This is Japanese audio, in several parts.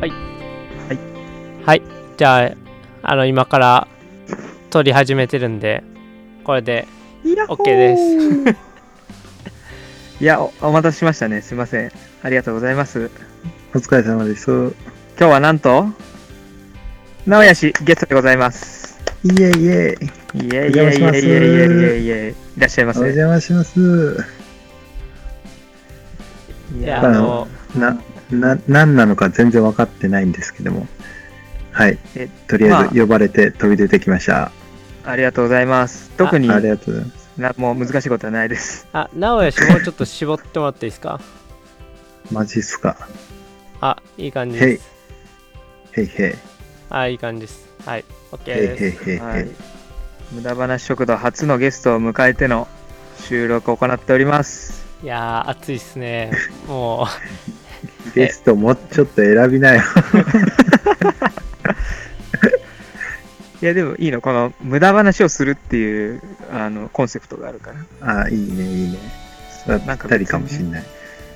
はいはいはいじゃああの今から撮り始めてるんでこれでいらほー OK です いやおお待たせしましたねすいませんありがとうございますお疲れ様です。今日はなんと名古屋市ゲストでございますイエイイエイ。いえいえいえいお邪魔しますえいえいえいえいらっしゃいまおせ邪魔します。いいややあのな、な、何なのか全然分かってないんですけども。はいえ。とりあまえあず呼ばれて飛び出てきました。ありがとうございます特にありがとうございます。なもう難しいことはないですあ直哉氏もうちょっと絞ってもらっていいですかマジっすか。あいい感じへでいす。へいへい。あいい感じですはい OK へいですへいへいはいへい。無駄話食堂初のゲストを迎えての収録を行っておりますいやー暑いっす ねもうゲストもうちょっと選びなよ。いやでもいいのこの無駄話をするっていうあのコンセプトがあるからあ、いいね、いいね。そうぴったりかもしんいない。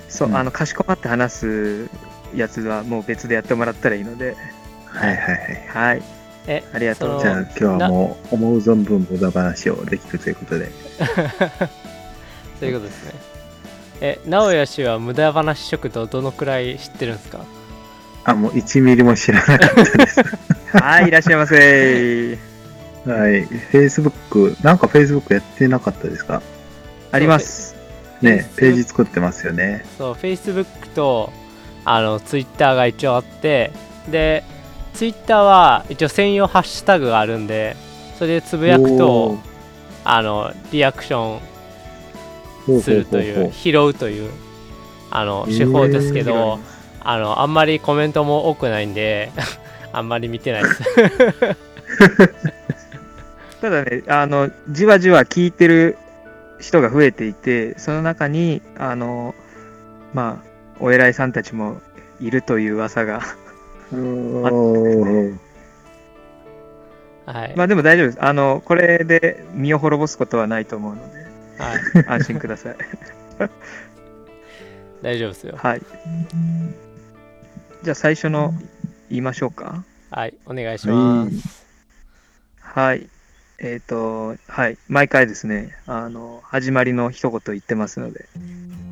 そう、うんあのかしこまって話すやつはもう別でやってもらったらいいのではいはいはい。 はいえありがとうそのじゃあ今日はもう思う存分無駄話をできるということで。そういうことですねえ直哉氏は無駄話食堂どのくらい知ってるんですかあ、もう1ミリも知らなかった です。はいいらっしゃいませはい。Facebook、なんか Facebook やってなかったですか ありますね Facebook ページ作ってますよね。そう Facebook とあの Twitter が一応あってで Twitter は一応専用ハッシュタグがあるんでそれでつぶやくおーとあのリアクショほンするというほほほ拾うというあのへー手法ですけ広いど、あのあんまりコメントも多くないんで あんまり見てないですただねあのじわじわ聞いてる人が増えていてその中にあのまあお偉いさんたちもいるという噂がおーはい、まあでも大丈夫ですあのこれで身を滅ぼすことはないと思うの ではい、安心ください大丈夫ですよはいじゃあ最初の言いましょうかはいお願いしはます、いはい。えっ、と、はい。毎回ですね、あの、始まりの一言言ってますので、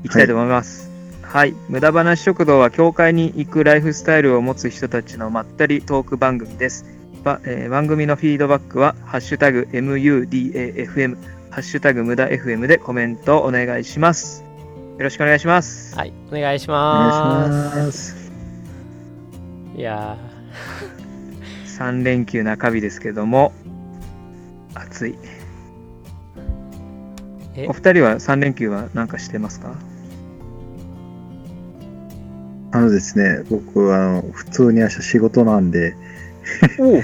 いきたいと思います。はい、無駄話食堂は、教会に行くライフスタイルを持つ人たちのまったりトーク番組です。ばえー番組のフィードバックは、ハッシュタグ MUDAFM、ハッシュタグ無駄 FM でコメントをお願いします。よろしくお願いします。はいお願いしおます願いします。いや3連休中日ですけども、暑い。えお二人は3連休は何かしてますかあのですね、僕、あの、普通に明日仕事なんで、お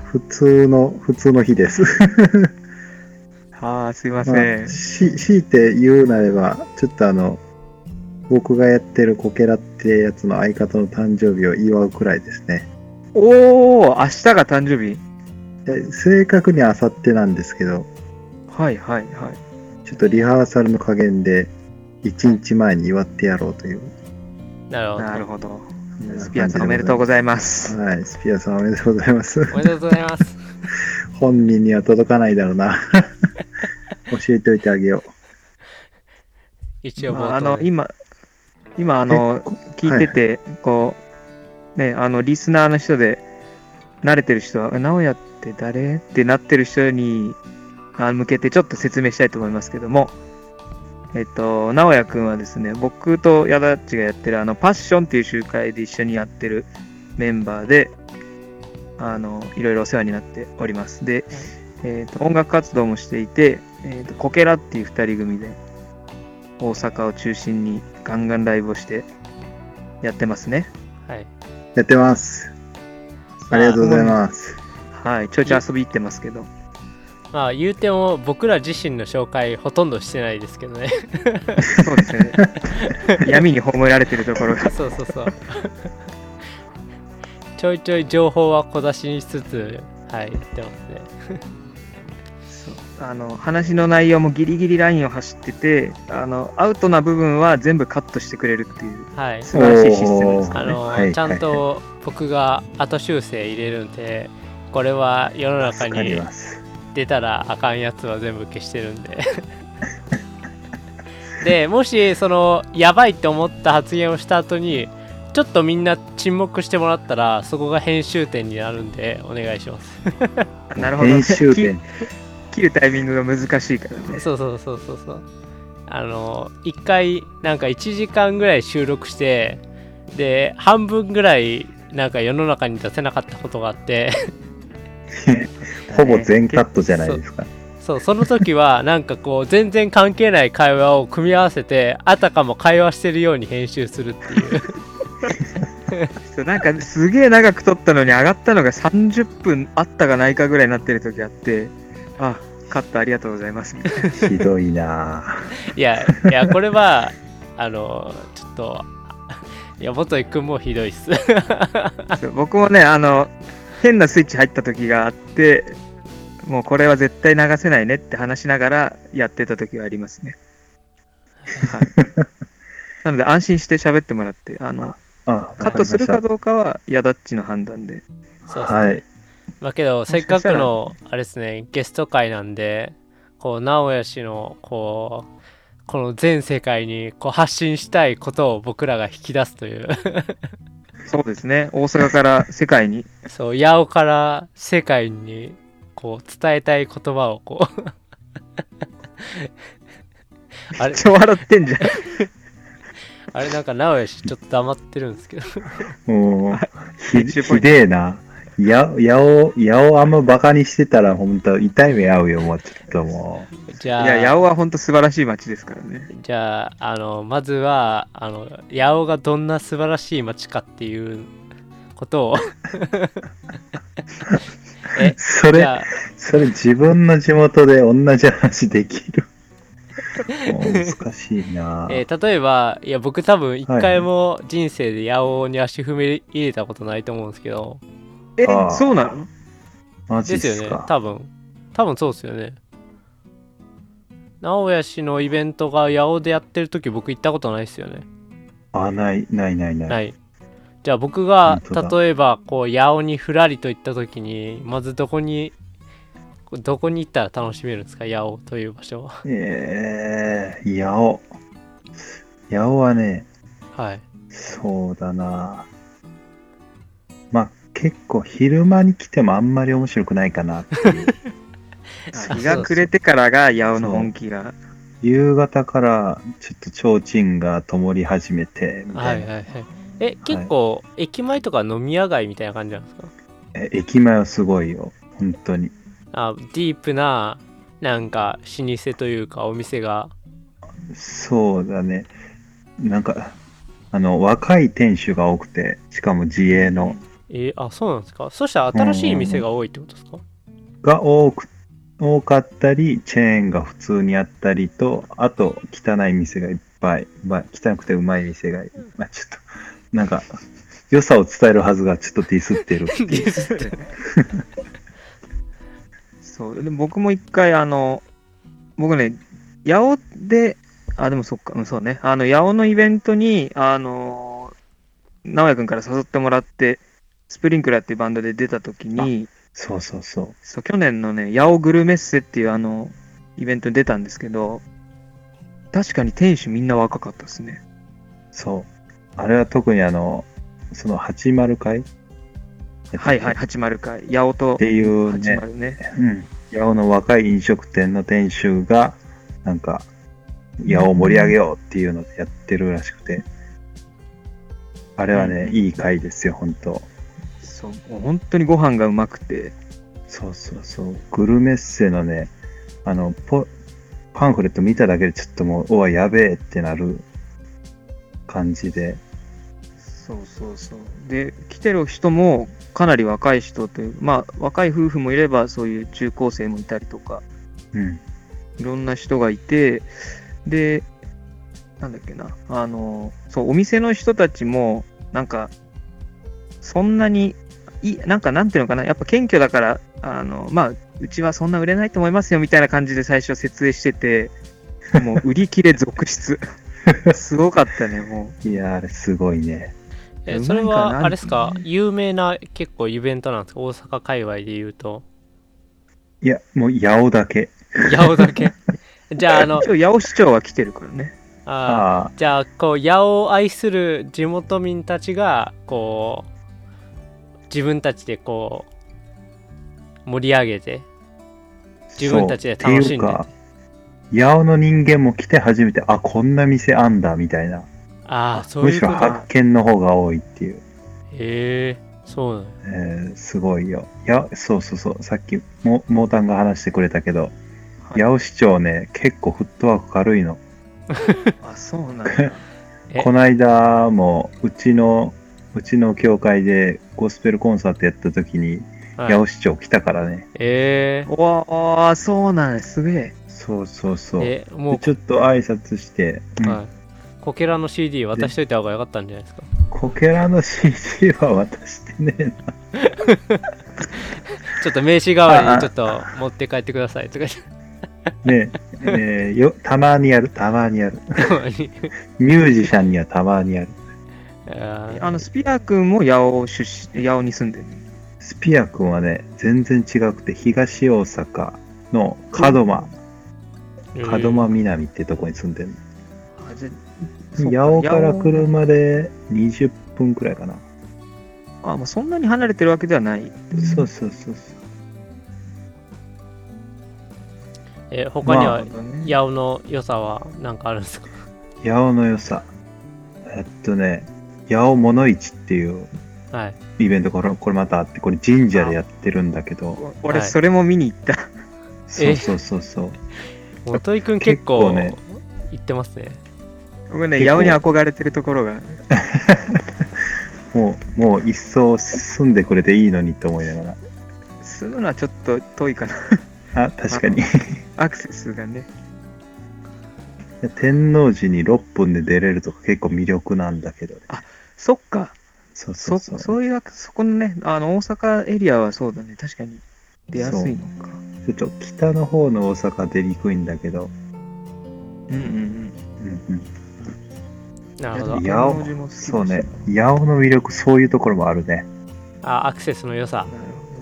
普通の、普通の日です。ああ、すいませまんあ。し強いて言うなれば、ちょっとあの、僕がやってるコケラってやつの相方の誕生日を祝うくらいですね。おお、明日が誕生日。で正確にあさってなんですけど、はいはいはい。ちょっとリハーサルの加減で、1日前に祝ってやろうという。ーなるほどなるほど。そんなスピアさんお感じめででとうございまございますす。はい、スピアさんおめでとうございます。 おめでとうございます本人には届かないだろうな。 教えておいてあげよ。一応ま冒頭あ、あので今、今あの聞いてて、こう、ね、あのリスナーの人で慣れてる人は、え直哉って誰ってなってる人にあ向けてちょっと説明したいと思いますけども、えっと、直哉くんはですね、僕と矢田っちがやってるあのパッションっていう集会で一緒にやってるメンバーで、あの、いろいろお世話になっております。で、えっと、音楽活動もしていて、えっと、コケラっていう二人組で、大阪を中心にガンガンライブをしてやってますね。はいうやってます。ありがとうございます。はい、ちょいちょい遊び行ってますけど。まあ言うても僕ら自身の紹介ほとんどしてないですけど ねそうですね。 闇に葬られてるところが。そうそうそう ちょいちょい情報は小出しにしつつはい言ってますねあの話の内容もギリギリラインを走っててあのアウトな部分は全部カットしてくれるっていうはい素晴らしいシステムですあかね。の、はいちゃんと僕が後修正入れるんでこれは世の中助かりにます。出たらあかんやつは全部消してるんで でもしそのやばいと思った発言をした後にちょっとみんな沈黙してもらったらそこが編集点になるんでお願いします なるほど、編集点 き。切るタイミングが難しいからね。そうそうそうそうそうあの一回なんか1時間ぐらい収録してで半分ぐらいなんか世の中に出せなかったことがあってほぼ全カットじゃないですか。そうその時は なんかこう全然関係ない会話を組み合わせてあたかも会話してるように編集するっていう そうなんかすげえ長く撮ったのに上がったのが30分あったかないかぐらいになってる時あってあカットありがとうございますみたいなひどいなぁ。いやいやこれはあのちょっといや元井君もひど いっすそう僕もねあの変なスイッチ入った時があってもうこれは絶対流せないねって話しながらやってた時はありますね、はい、なので安心して喋ってもらってあのあ、カットするかわりどうかはヤダッチの判断でましそたうそうはい。まあけどせっかくのあれですねゲスト会なんでこう直哉氏のこうこの全世界にこう発信したいことを僕らが引き出すという そうですね大阪から世界に そう、八尾から世界にこう伝えたい言葉をこうあれ、超笑ってんじゃんあれなんか直哉氏ちょっと黙ってるんですけど。もう、ひ編集ポイひントでえな。や、やお、やおあんまバカにしてたら、ほんと痛い目合うよ、もうちょっともう。じゃあ、いや八尾は本当素晴らしい街ですからねじゃあ、あの、まずは、あの、八尾がどんな素晴らしい街かっていうことをえ、そじれ、ゃあ、それ自分の地元で同じ話できる。もう難しいなぁ。 えー例えば、いや、僕多分一回も人生で八尾に足踏み入れたことないと思うんですけど、えあーそうなのマジでっすよすねか。、多分。多分そうですよね。直哉氏のイベントが八尾でやってる時僕行ったことないですよね。あ、ない、ない、ない、ない。ない。じゃあ僕が本当だ例えばこう八尾にふらりと行った時にまずどこにどこに行ったら楽しめるんですか八尾という場所 は。えー、やお。やおはね、はい。そうだなぁまあ、結構昼間に来てもあんまり面白くない かなっていう。日が暮れてからが八尾の本気が夕方からちょっと提灯が灯り始めてみはたいいはいな、はい。え、結構駅前とか飲み屋街みたいな感じなんですかえ駅前はすごいよ本当にあディープななんか老舗というかお店が。そうだねなんかあの若い店主が多くてしかも自営のえーあ、そうなんですかそしたら新しい店が多いってことですかが多く多かったりチェーンが普通にあったりとあと汚い店がいっぱい、まあ、汚くてうまい店が、まあ、ちょっとなんか良さを伝えるはずがちょっとディスっ てるっていう そうで僕も一回あの僕ね八尾であでもそっかうんそうねあの八尾のイベントにあの直哉君から誘ってもらってスプリンクラーっていうバンドで出た時にそうそうそうそう去年のね八尾グルメッセっていうあのイベントに出たんですけど確かに店主みんな若かったですねそう。あれは特にあの、その80会はいはい。80会八尾とっていうね、 80ねうん。八尾の若い飲食店の店主が、なんか、八尾を盛り上げようっていうのでやってるらしくて、あれはね、いい会ですよ、本当そうもう本当にご飯がうまくてそうそうそう。グルメッセのね、あの、ポパンフレット見ただけでちょっともう、おわ、やべえってなる感じで、そうそうそうで来てる人もかなり若い人というまあ若い夫婦もいればそういう中高生もいたりとかうん。いろんな人がいてでなんだっけなあのそうお店の人たちもなんかそんなにいなんかなんていうのかなやっぱ謙虚だからあのまあうちはそんな売れないと思いますよみたいな感じで最初設営してて、もう売り切れ続 出。すごかったね、もいやー、あれすごいね。えうまいそれかなはあれですか有名な結構イベントなんですか大阪界隈で言うといや、もう、八尾だけ。八尾だけじゃああのう。一応、八尾市長は来てるからね。あーあじゃあこう八尾を愛する地元民たちがこう自分たちでこう盛り上げてあ、自分たちで楽しんでそうっていうか、八尾の人間も来て初めて、あ、こんな店あんだ、みたいな。ああそうむいうしころとはへ発見の方が多いっていう。えそうなのえーすごいよ。いや、そうそうそう。さっき、も、モータンが話してくれたけど、はい八尾市長ね、結構フットワーク軽いの。あ、そうなんだ。えこの間も、うちの、うちの教会でゴスペルコンサートやった時に、はい八尾市長来たからね。えーおー、そうなんだ、すげえ。そうそうそう。えもでうちょっと挨拶して、うんはいこけらの CD 渡しといた方が良かったんじゃないですかこけらの CD は渡してねえな。ちょっと名刺代わりにちょっと持って帰ってくださいとかねええーよ、たまにやる、たまにやる。たまにミュージシャンにはたまにやる。あーあの、スピアー君も八尾出身、八尾に住んでる。スピア君はね、全然違くて、東大阪の門真、門真南ってとこに住んでるあじゃそっ八尾から八尾車で20分くらいかな。あ、もうそんなに離れてるわけではない。そうそうそうそう。え他にまはなるほどね八尾の良さは何かあるんですか八尾の良さ。えっとね、八尾物市っていうはいイベントこれ、これまたあって、これ神社でやってるんだけど、お俺、はいそれも見に行った。 そうそうそうそう。元井くん結構結構ね行ってますね僕ね、結構八尾に憧れてるところが。もう、もう一層住んでくれていいのにと思いなが住むのはちょっと遠いかな。ら。あ、確かに。アクセスがね。天王寺に6分で出れるとか結構魅力なんだけどね。そっか。そうそそうそう。そういうわけ、そこのね、あの、大阪エリアはそうだね。確かに出やすいのか。ちょっと北の方の大阪出にくいんだけど。うんうんうんうんなうん。るほいどや八尾天王寺も好きだしそうね。八尾の魅力、そういうところもあるね。あアクセスの良さなる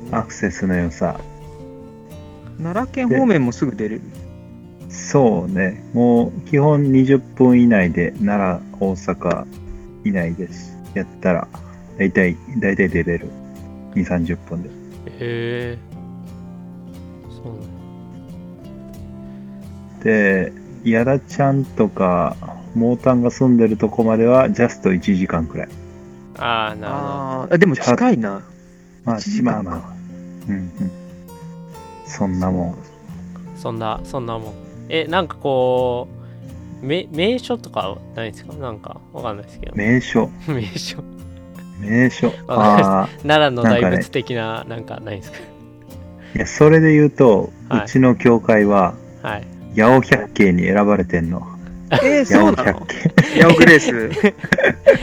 ほどねアクセスの良さ。奈良県方面もすぐ出れる。そうね。もう基本20分以内で、奈良、大阪以内です。やったら、だいたい、だいたい出れる。2、30分で。へえそうなんだで、やらちゃんとか、モータンが住んでるとこまでは、ジャスト1時間くらい。ああなるほどあーあ、でも近いな。まあ、 1時間まあかまあまあ。うんうん。そんなもん。そんな、そんなもん。え、なんかこう、め名所とかはないですかなんか、わかんないです けど。名所。名所。名所。わああ奈良の大なんかね仏的な、なんかないですかー。いや、それで言うと、はいうちの教会は、はい。八尾百景に選ばれてんの。えー、 そ八う尾なの百景。ヤオグレー ス。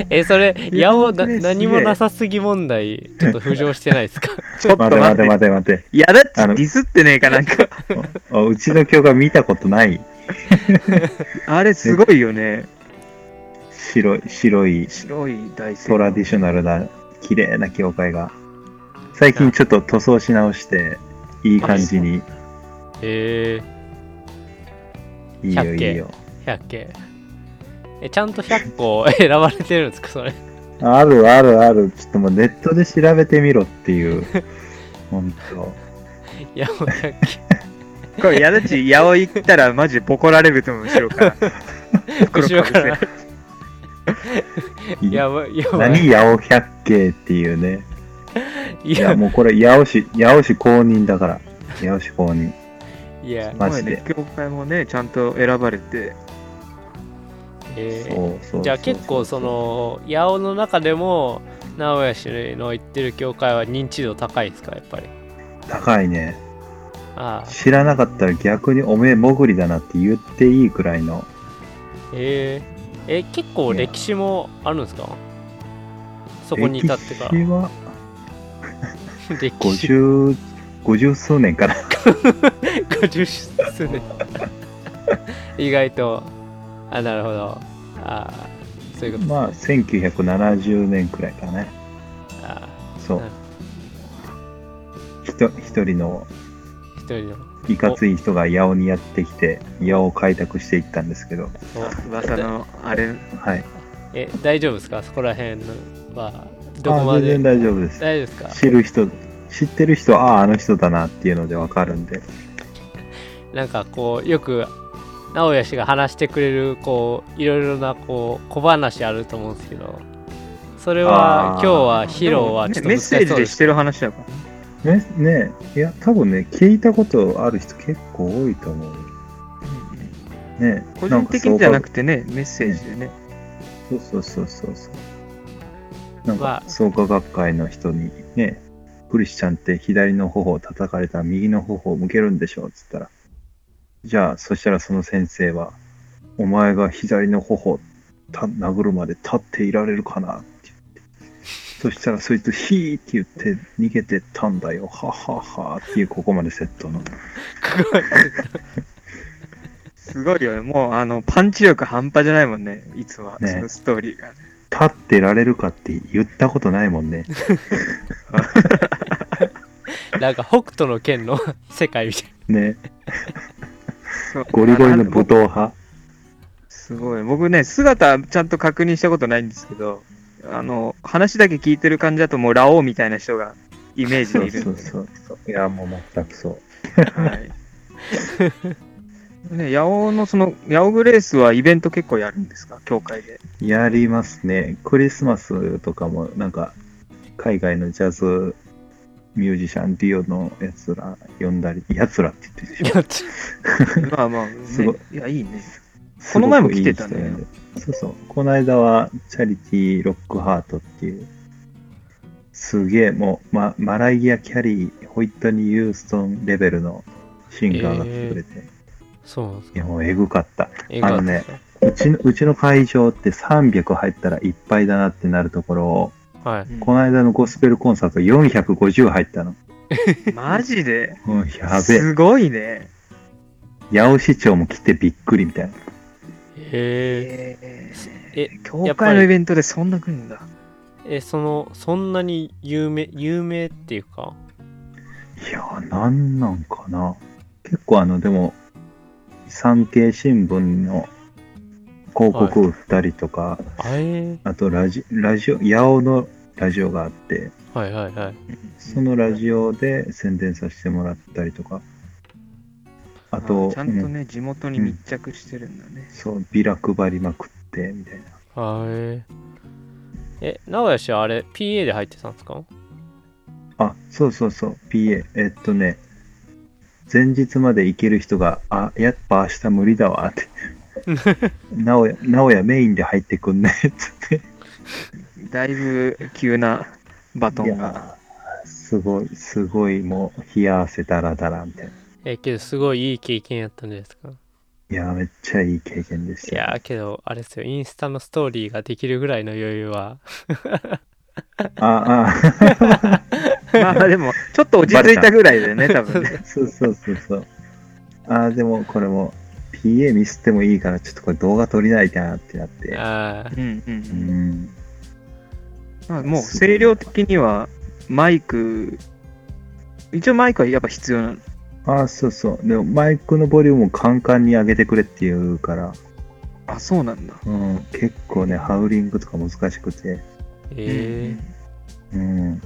え、それ、いや八尾な本当ですげえ何もなさすぎ問題、ちょっと浮上してないですか ちょっと待て待待ってて。待て待て。いやだってあのディスってねえかなんか。あうちの教会見たことないあれすごいよね。白い、白い白い大トラディショナルな綺麗な教会が。最近ちょっと塗装し直して、いい感じに。えいいよ百い景いよ。ー、100系。え、ちゃんと100個選ばれてるんですかそれ。あるあるある。ちょっともうネットで調べてみろっ ていう。ほんと。八尾100系。これ、やだち、八尾行ったら、マジボコられると思う、後ろ から。後ろから。いやばい、やばい。何八尾百景っていうね。いい やや、もうこれ八尾市、八尾市公認だから。八尾市公認。いや、マジで。ね、教会もね、ちゃんと選ばれて。えーそうそうそうじゃあ結構そ、の八尾の中でも名古屋市の行ってる教会は認知度高いですかやっぱり高いね。ああ知らなかったら逆におめえもぐりだなって言っていいくらいのえー、え結構歴史もあるんですかそこに歴至ってから史は歴史50 50数年から50数年意外とあなるほどあーそういうこと まあ1970年くらいかねあそううんひと一人のー一人のいかつい人が八尾にやってきて八尾を開拓していったんですけどお噂のあれはいえ大丈夫ですかそこら辺のはどこあま全で然大丈夫です大丈夫ですか知る人知ってる人あああの人だなっていうのでわかるんでなんかこうよく直哉氏が話してくれるこういろいろなこう小話あると思うんですけどそれは今あー日は披露はちょっとメ難ッしそうセージででしすてる話だからねねいや多分ね聞いたことある人結構多いと思うね個人的にじゃなてくてねメッセージでねそうそうそうそうそうなんまかあ創価学会の人にねクリスチャンって左の頬を叩かれたら右の頬を向けるんでしょうっつったらじゃあそしたらその先生はお前が左の頬をた殴るまで立っていられるかなって言ってそしたらそいつヒーって言って逃げてったんだよはっはっはっていうここまでセットのすごいよねもうあのパンチ力半端じゃないもんねいつは、ねそのストーリーがね立ってられるかって言ったことないもんねなんか北斗の剣の世界みたいねそうゴリゴリあのの武闘派すごい。僕ね、姿ちゃんと確認したことないんですけど、あの、話だけ聞いてる感じだともうラオウみたいな人がイメージそでういるそんうで。そうそう。いや、もう全くそう。はい。ね、ヤオのその、ヤオグレースはイベント結構やるんですか教会で。やりますね。クリスマスとかも、なんか、海外のジャズミュージシャン、ディオのやつら呼んだり、やつらって言ってるでしょ。な まあまあ、ねすごいいや、いいね。すこのご前もくいい来てたね人なんで。そうそう。この間は、チャリティーロックハートっていう、すげえ、もう、ま、マライア・キャリー、ホイットニー・ユーストンレベルのシンガーが来てくれて、そうなんですいや、もうえぐかった。映あのでねすねうちの、うちの会場って300入ったらいっぱいだなってなるところを、はいうんこの間のゴスペルコンサート450入ったの。マジでうん、やべえ。すごいね。八尾市長も来てびっくりみたいな。へえええー教会のイベントでそんな来るんだ。えそのそんなに有名有名っていうかいやー、なんなんかな。結構あの、でも、産経新聞の広告売ったりとか、あえあとラジ、ラジオ、八尾のラジオがあって、はいはいはいそのラジオで宣伝させてもらったりとか、ああと、ちゃんとうんね、地元に密着してるんだね。そう、ビラ配りまくって、みたいな。あええ直哉氏はあれ PA で入ってたんですかあ、そうそうそう、PA。えっとね、前日まで行ける人が、あ、やっぱ明日無理だ わって。なおや、なおやメインで入ってくんね っつって。だいぶ急なバトいンが。やーすごい、すごい、もう、冷や汗だらだらみたいな。えけどすごいいい経験やったんじゃないですかいやー、めっちゃいい経験でしいたよ。やーけどあれですよインスタのストーリーができるぐらいの余裕はあ、 まあでも、ちょっと落ち着いたぐらいだよね、多分ね。あ、そうそうそうそう。あー、でも、これも、PA ミスってもいいから、ちょっとこれ動画撮りないかなってなっ て。あーうんううんん。うん。まあもう声量的には、マイク、一応マイクはやっぱ必要なの。あー、そうそう。でも、マイクのボリュームをカンカンに上げてくれっていうから、あ、そうなんだ。うん、結構ね、ハウリングとか難しくて、えうん、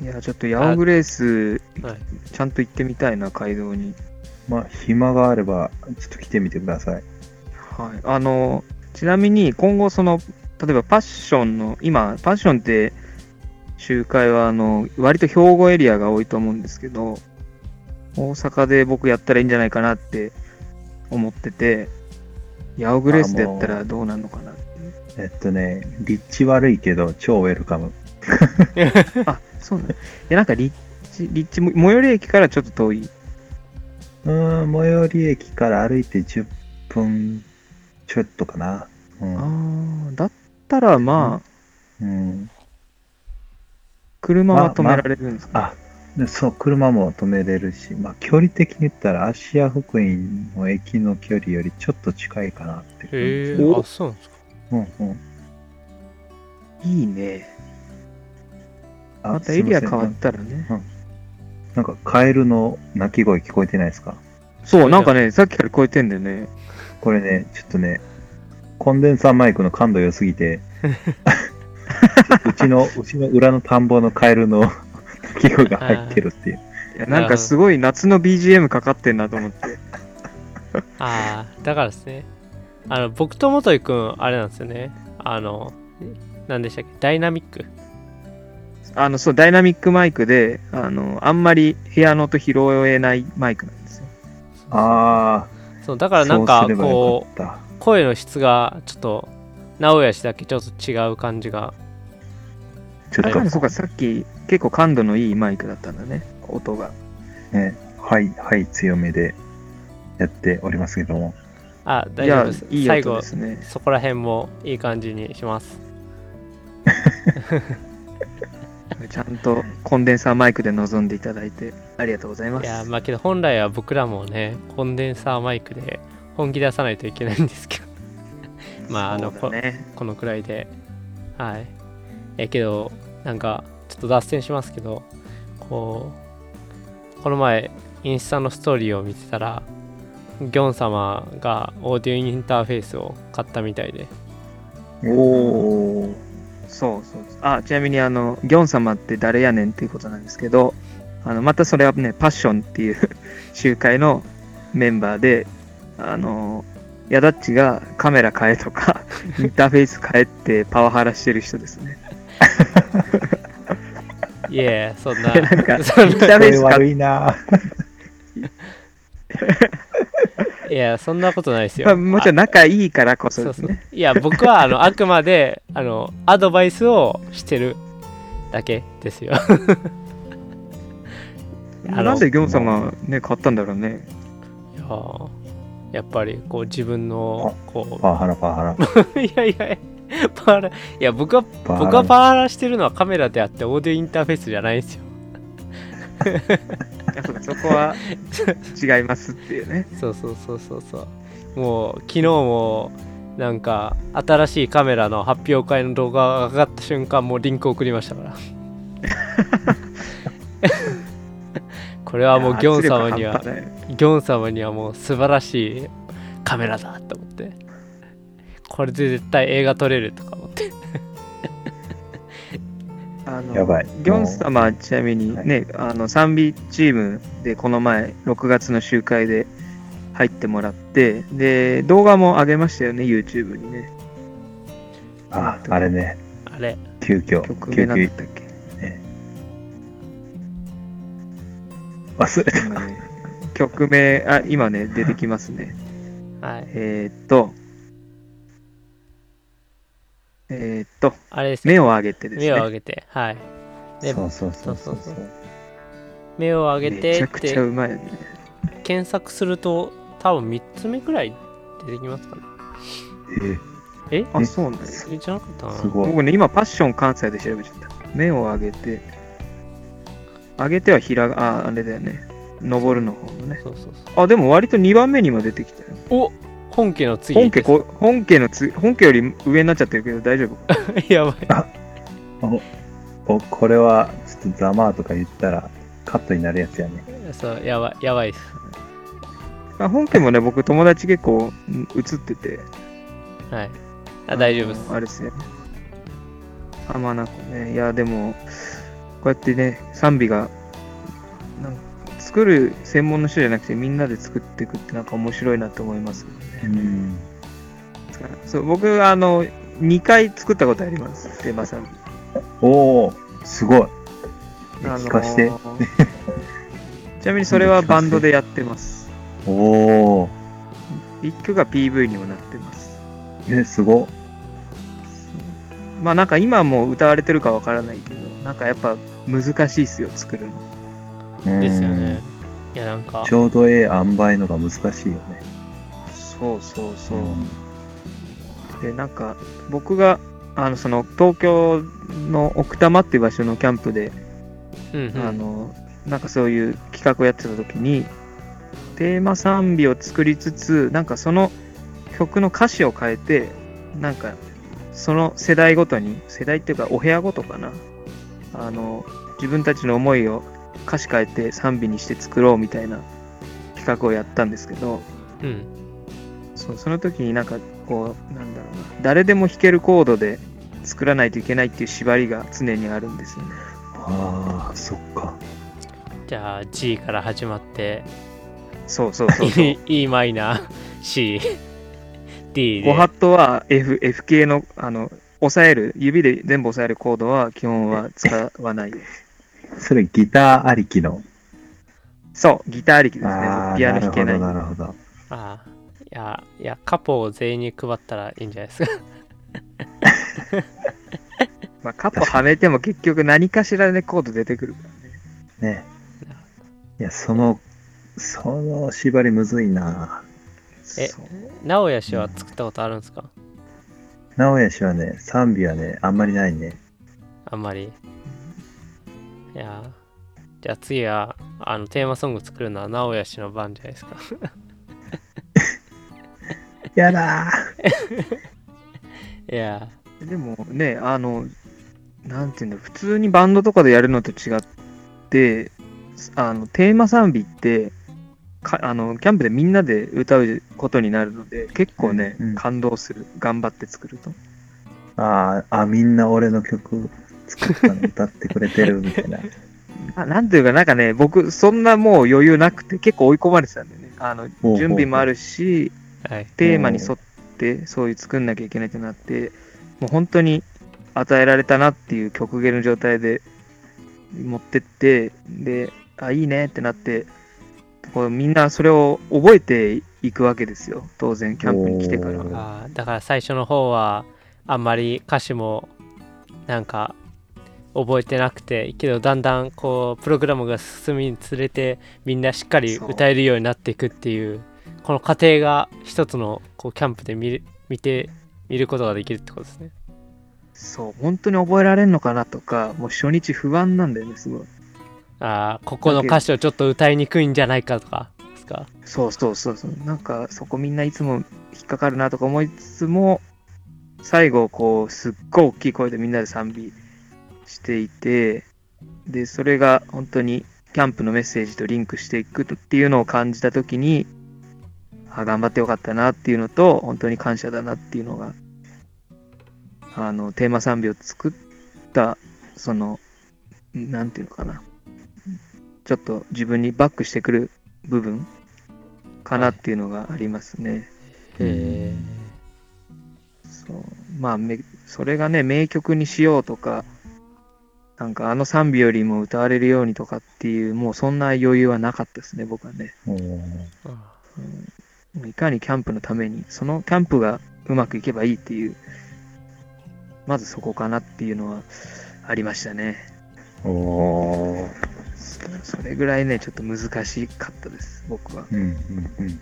いや、ちょっとヤオグレースーはい、ちゃんと行ってみたいな、街道に。まあ、暇があれば、ちょっと来てみてください。はい。あの、ちなみに今後その、例えばパッションの、今、パッションって集会は、あの、割と兵庫エリアが多いと思うんですけど、大阪で僕やったらいいんじゃないかなって思ってて、ヤオグレースでやったらどうなるのかな。えっとね、立地悪いけど、超ウェルカム。あ、そうなんだ。い や、なんか立地、立地も、最寄り駅からちょっと遠い。うん、最寄り駅から歩いて10分ちょっとかな。あうん、ー、だったらまあ、うん、車は止められるんですか、あ、でそう、車も止めれるし、まあ、距離的に言ったら、芦屋福院の駅の距離よりちょっと近いかなって感じ。へえおあ、そうなんですか。うんうん。いいね。あまたエリアすい変まわせっんたらね。なんか、カエルの鳴き声聞こえてないですかそう、なんかね、さっきから聞こえてんだよね。これね、ちょっとね、コンデンサーマイクの感度良すぎて、うちの、うちの裏の田んぼのカエルの鳴き声が入ってるっていう。いやなんかすごい夏の BGM かかってんなと思って。ああ、だからですね。あの、僕と元井くん、あれなんですよね。あの、何でしたっけダイナミック。あの、そう、ダイナミックマイクで、あの、あんまり部屋の音拾えないマイクなんですよ。あそう、だあ、からなんかそうすれ、ばよこかった。う、声の質が、ちょっと、直屋氏だけちょっと違う感じが。ちょあっれなんだと、そうか、さっき結構感度のいいマイクだったんだね、音が。ね、はい、はい、強めでやっておりますけども。あ、い大丈や夫です、。いい最音後で、すね。そこら辺もいい感じにします。ちゃんとコンデンサーマイクで臨んでいただいて、ありがとうございまいす。や、まあけど、本来は僕らもね、コンデンサーマイクで本気出さないといけないんですけど。 まあ、あの、そうこだね。このくらいではいえけどなんかちょっと脱線しますけどこうこの前インスタのストーリーを見てたらギョン様がオーディオインターフェースを買ったみたいでおー。そうそう。あ、ちなみに、あの、ギョン様って誰やねんっていうことなんですけど、あの、またそれはね、パッションっていう 集会のメンバーで、あの、ヤダッチがカメラ変えと か、インターフェース変えってパワハラしてる人ですね。いえそんな なんか、イ ンタそんなーフェこーれス変悪いないやそんなことないですまあ、よもちろん仲いいからこそそうでそすうね。いや僕はあのあくまであのアドバイスをしてるだけですよあのなんでギョン様ね、買ったんだろうね。いややっぱりこう自分のこうパワハラ、パワハ ラ。いやいや、パワハラ。いや、僕は、パワハラ僕はパワハラしてるのはカメラであって、オーディオインターフェースじゃないんですよ。あそうかそこ は違いますっていうね。そうそうそうそうそう。もう、昨日も、なんか、新しいカメラの発表会の動画が上がった瞬間、もうリンク送りましたから。これはもう、ギョン様には圧力半端、ないギョン様にはもう素晴らしいカメラだと思って。これで絶対映画撮れるとか思って。あのやばいギョン様はちなみにはいね、あの賛美チームでこの前6月の集会で入ってもらってで動画も上げましたよね YouTube にねあ、あれね、あれ。急遽、曲急名なん遽だったっけ忘れた。今ね曲名あ今ね出てきます ねはい。えーっとえーっとあれですね目を上げてです目を上ねげて、はい。でそうそうそうそうそそうそ。う目を上げめてちっゃくちゃてうまいよね検索すると、多分3つ目くらい出てきますかね。ええあそうなんですそれじゃなかったーすな。ごい。僕ね、今、パッション関西で調べちゃった。目を上げて、上げてはひらが、あ、あれだよね。登るの方のね。そうそうあ、でも割と2番目にも出てきたよ。そう。お本家の次本家ですこ、本家のつ、本家より上になっちゃってるけど大丈夫。 やばい。おこれは、ちょっとざまあとか言ったら、カットになるやつやね。そう、やばい、やばいです。あ本家もね、僕、友達結構うん映ってて。はい。あ大丈夫ですあ。のあれですね。浜名湖ね。いや、でも、こうやってね、賛美が、なんか作る専門の人じゃなくてみんなで作っていくってなんか面白いなと思います。うん。そう僕あの2回作ったことありますテーマさんおお、すごい。あのー聞かしてちなみにそれはバンドでやってますおお、 1曲が PV にもなってますえ、すご。まあなんか今もう歌われてるかわからないけどなんかやっぱ難しいっすよ作るのうんですよね。。いや、なんかち、ょうどええ塩梅のが難しいよね。そうそうそんでなんか僕があのその東京の奥多摩っていう場所のキャンプでうん、うん。あのなんかそういう企画をやってた時にテーマ賛美を作りつつなんかその曲の歌詞を変えてなんかその世代ごとに世代っていうかお部屋ごとかなあの自分たちの思いを歌詞変えて賛美にして作ろうみたいな企画をやったんですけどうんそうその時になんかこうなんだろうな誰でも弾けるコードで作らないといけないっていう縛りが常にあるんですよね。ああ、そっか。じゃあ G から始まってそうそうそうそう E マイナー CD でゴハットは F, F 系の、あの、押さえる、指で全部押さえるコードは基本は使わない。それギターありきの。そう、ギター力ですね。ああ、ピアノ弾けない。なるほど、なるほど。ああいやいやカポを全員に配ったらいいんじゃないですか まあ、カップはめても結局何かしらでコード出てくる。ね。いや、その、その縛りむずいな。えそう直哉氏は作ったことあるんですか直哉氏はね、賛美はね、あんまりないね。あんまりいやじゃあ次はあのテーマソング作るのは直哉氏の番じゃないですかやだいやでもね、あの、なんていうんだ、普通にバンドとかでやるのと違って、あの、テーマ賛美って、かあのキャンプでみんなで歌うことになるので結構ね、うん感動する頑張って作るとーあーあ、みんな俺の曲作ったの歌ってくれてるみた いな。あなんていうか、なんかね、僕、そんなもう余裕なくて、結構追い込まれてたんだよね。あのほう準備もあるし、はいテーマに沿って、そういう作んなきゃいけないってなって、もう本当に与えられたなっていう曲芸の状態で持ってって、で、あ、いいねってなって、こうみんなそれを覚えていくわけですよ。当然、キャンプに来てからお。ーあーだから最初の方はあんまり歌詞もなんか覚えてなくてけどだんだんこうプログラムが進みにつれてみんなしっかりそう歌えるようになっていくっていうこの過程が一つのこうキャンプで見る見て見ることができるってことですね。そう、本当に覚えられんのかなとか、もう初日不安なんだよね、すごい。あーここの歌詞をちょっと歌いにくいんじゃないかとかですかそうそうそうそう。なんかそこみんないつも引っかかるなとか思いつつも、最後こうすっごい大きい声でみんなで賛美していて、で、それが本当にキャンプのメッセージとリンクしていくっていうのを感じたときに、あ、頑張ってよかったなっていうのと、本当に感謝だなっていうのが、あの、テーマ賛美を作った、その、なんていうのかな。ちょっと自分にバックしてくる部分かなっていうのがありますね。へーそうまあめそれがね名曲にしようとかなんかあの賛美よりも歌われるようにとかっていうもうそんな余裕はなかったですね僕はね。おーあうんいかにキャンプのためにそのキャンプがうまくいけばいいっていうまずそこかなっていうのはありましたね。おーそそれぐらいねちょっと難しかったです僕は。うんうんうんうん。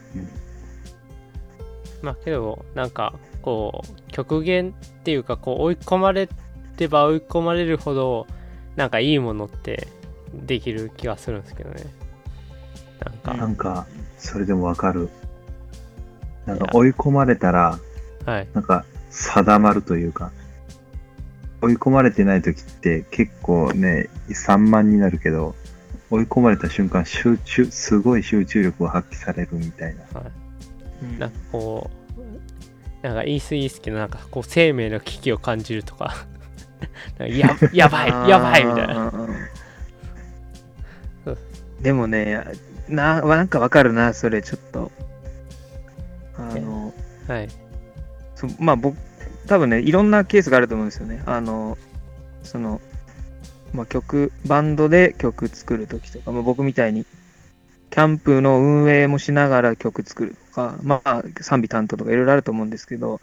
まあけどなんかこう極限っていうかこう追い込まれれば追い込まれるほどなんかいいものってできる気がするんですけどねなんか、なんか、それでもわかる。なんいかや追い込まれたら、はいなんか定まるというか、追い込まれてない時って結構ね、散漫になるけど、追い込まれた瞬間、集中、すごい集中力を発揮されるみたいな。はうんいなんかこうなんかイースイースけどなんかこう生命の危機を感じるとか なんかややばいやばいみたいなあー。うんうんそうでもね、ななんかわかるな、それちょっと。あの、はいそまあ僕、多分ね、いろんなケースがあると思うんですよね。あの、その、まあ、曲、バンドで曲作るときとか、まあ、僕みたいに、キャンプの運営もしながら曲作るとか、まあ、賛美担当とかいろいろあると思うんですけど、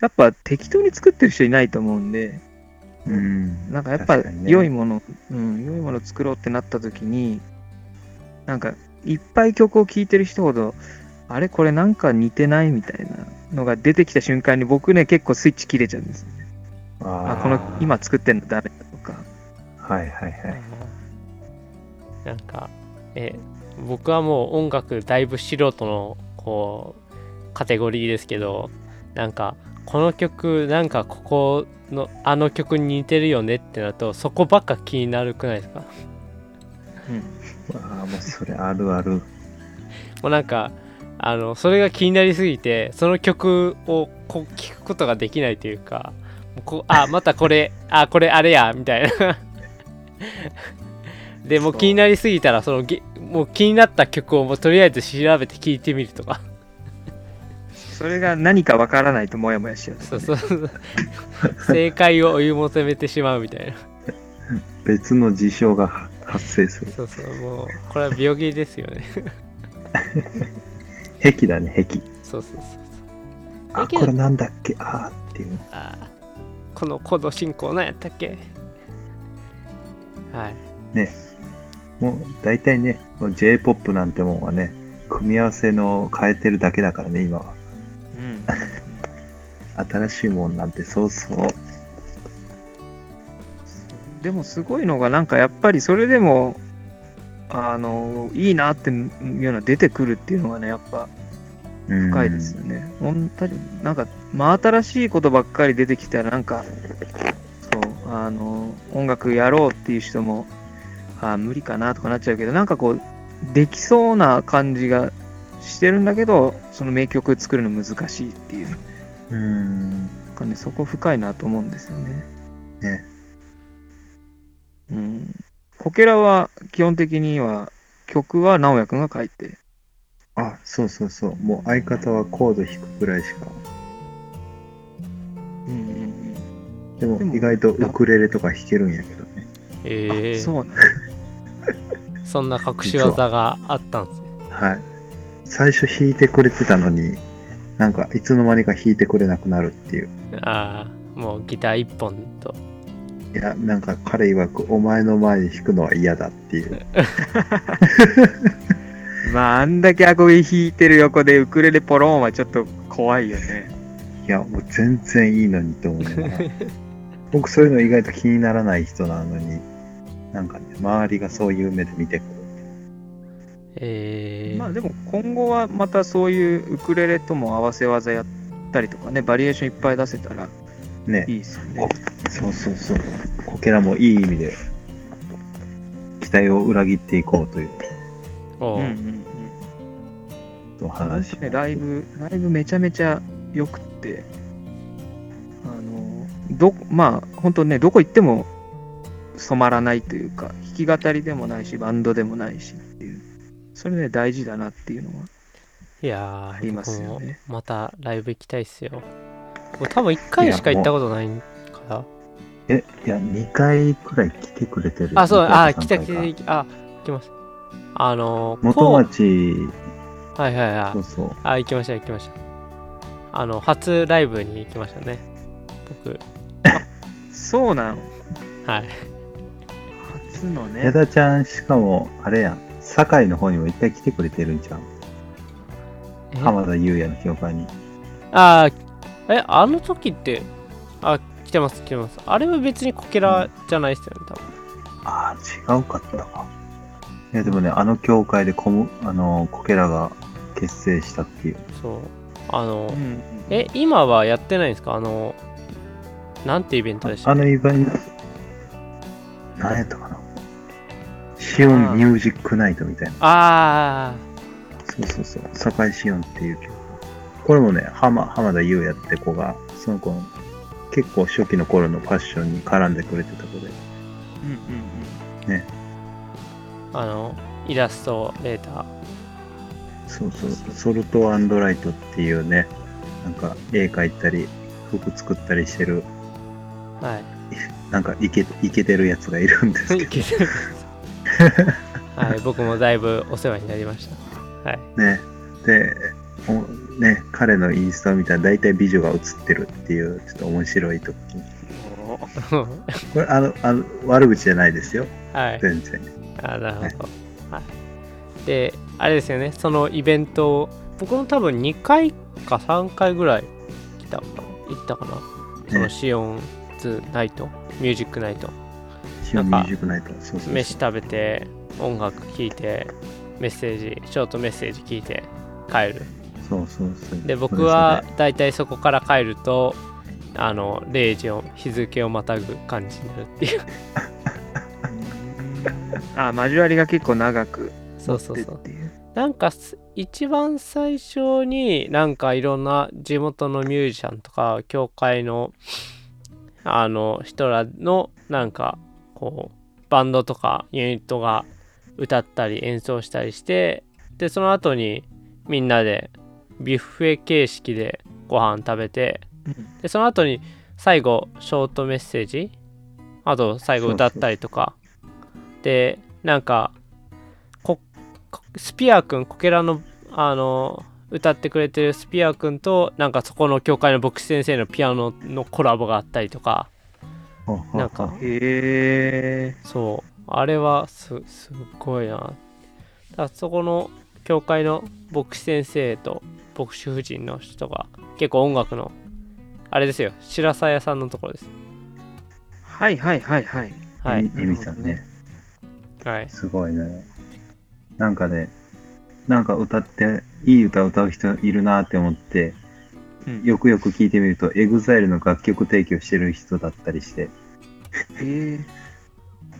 やっぱ適当に作ってる人いないと思うんで、うん。なんかやっぱ確かにね良いもの、うん、良いもの作ろうってなった時に、なんかいっぱい曲を聴いてる人ほど、あれこれなんか似てないみたいなのが出てきた瞬間に僕ね結構スイッチ切れちゃうんです。あ、あこのー今作ってんのダメだとか。はいはいはい。あなんかえ僕はもう音楽だいぶ素人のこうカテゴリーですけどなんかこの曲なんかここのあの曲に似てるよねってなるとそこばっか気になるくないですかああ、もうそれあるある。もうなんかあのそれが気になりすぎてその曲をこう聞くことができないというかもうこあまたこれ あこれあれやみたいなでもうそう気になりすぎたらそのげもう気になった曲をもうとりあえず調べて聴いてみるとかそれが何かわからないとモヤモヤしちゃうとかそうね、そうそう正解を追い求めてしまうみたいな別の事象がは発生する。そうそうもうこれは病気ですよね壁だね、壁。そうそうそうそうあ、壁だこれなんだっけああっていう。あーこのコード進行なんやったっけはいもう大体ね、もう J-POP なんてもんはね、組み合わせの変えてるだけだからね、今は。うん新しいもんなんてそうそう。でもすごいのがなんかやっぱりそれでもあのいいなっていうのは出てくるっていうのがねやっぱうん深いですよね。本当になんか真新しいことばっかり出てきたらなんかそうあの音楽やろうっていう人もあ無理かなとかなっちゃうけどなんかこうできそうな感じがしてるんだけどその名曲作るの難しいっていううん。なんかねそこ深いなと思うんですよね。ね。うん。こけらは基本的には曲は直哉くんが書いて。あ、そうそうそう。もう相方はコード弾くくらいしか。うんうんでもでも意外とウクレレとか弾けるんやけどね。えうん。ーあ、そうなんだ。そんな隠し技があったんですね。はい。最初弾いてくれてたのに、なんかいつの間にか弾いてくれなくなるっていう。ああ、もうギター一本と。いや、なんか彼曰く、お前の前で弾くのは嫌だっていう。まああんだけアコギ弾いてる横でウクレレポロンはちょっと怖いよね。いや、もう全然いいのにと思 いながら。僕そういうの意外と気にならない人なのに、なんかね、周りがそういう目で見てくる。えー、まあでも今後はまたそういうウクレレとも合わせ技やったりとかね、バリエーションいっぱい出せたらねいいですよね。そうそうそう。こけらもいい意味で、期待を裏切っていこうというおううんうんうん。おなん話か。ね、ライブ、ライブめちゃめちゃ良くって、あの、ど、まあ、本当ね、どこ行っても染まらないというか、弾き語りでもないし、バンドでもないしっていう、それね、大事だなっていうのは。いやあー、りますよね僕もまたライブ行きたいっすよ。僕多分1回しか行ったことないから。え、いや、2回くらい来てくれてる。あ、そう、二回あ、か来三回たか来た来た、あ、行きます。あのー、元町、こうはいはいはそ。いうそう。あ、行きました行きました。あの、初ライブに行きましたね。僕。そうなの。はい。初のね矢。田ちゃん、しかも、あれやん、堺の方にも一回来てくれてるんじゃん。え浜田優也の教会に。ああ、え、あの時って、あ、来てます、来てます。あれは別にこけらじゃないですよね、多分。ああ、違うかったか。いや、でもね、あの教会でこむ、あの、こけらが結成したっていう。そう。あのう、ん、え、今はやってないんですかあの、なんてイベントでしたあのイベント、何やったかな。シオンミュージックナイトみたいな。あそうそうそう。堺シオンっていう曲。これもね、浜浜田優也って子が、その子の、結構初期の頃のファッションに絡んでくれてた子で。うんうんあ、あの、イラストレータそうそう。ソルトライトっていうね、なんか絵描いたり、服作ったりしてる、ー。 はい。なんかイケイケてるやつがいるんですけいけてるはい、僕もだいぶお世話になりました。はい。 どね。で、おね、彼のインスタを見たら大体美女が映ってるっていう、ちょっと面白いとこうんうん。これあのあの悪口じゃないですよはい。全然あなるほど、はい、であれですよねそのイベントを僕も多分2回か3回ぐらい来たかな行ったかなそのねシオンズナイトミュージックナイトシオンミュージックナイトそうそうそう飯食べて音楽聴いてメッセージショートメッセージ聞いて帰るそうそうそう。で僕はだいたいそこから帰るとあの0時を日付をまたぐ感じになるっていうあ交わりが結構長くそうそうそうっていうなんかす一番最初になんかいろんな地元のミュージシャンとか教会のあの人らのなんかこうバンドとかユニットが歌ったり演奏したりしてでその後にみんなでビュッフェ形式でご飯食べてうんでその後に最後ショートメッセージあと最後そう歌ったりとかでなんかここスピアー君こけらのあの歌ってくれてるスピアー君となんかそこの教会の牧師先生のピアノのコラボがあったりとかなんかへえそうあれはすすっごいなだからそこの教会の牧師先生と牧師夫人の人が結構音楽のあれですよ白沢屋さんのところですはいはいはいはいはゆい、ゆみさんね、はい、すごいね。なんかね、なんか歌って、いい歌歌う人いるなって思って、うんよくよく聞いてみると、EXILE の楽曲提供してる人だったりして、へえ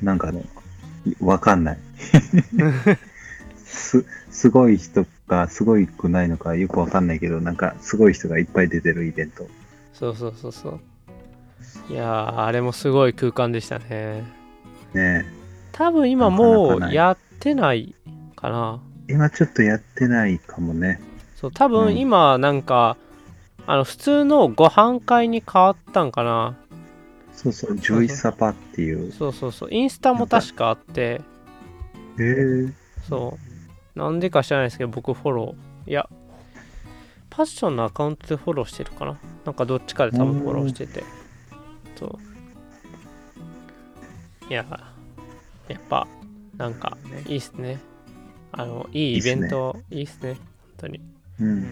なんかね、わ かんない。す、すごい人か、すごいくないのか、よくわかんないけど、なんか、すごい人がいっぱい出てるイベント。そうそうそうそういやーあれもすごい空間でしたねね多分今なもかなかなういやってないかなえ今ちょっとやってないかもね。そう多う分ん今なんか、あの普通のご飯会に変わったんかなそうそう、ジョイサパっていう。そうそうそうインスタも確かあってへえ。そうなんでか知らないですけど僕フォローいやパッションのアカウントでフォローしてるかななんかどっちかで多分フォローしててそういややっぱなんかいいっすねあのいいイベントいいっすね本当にう。うんん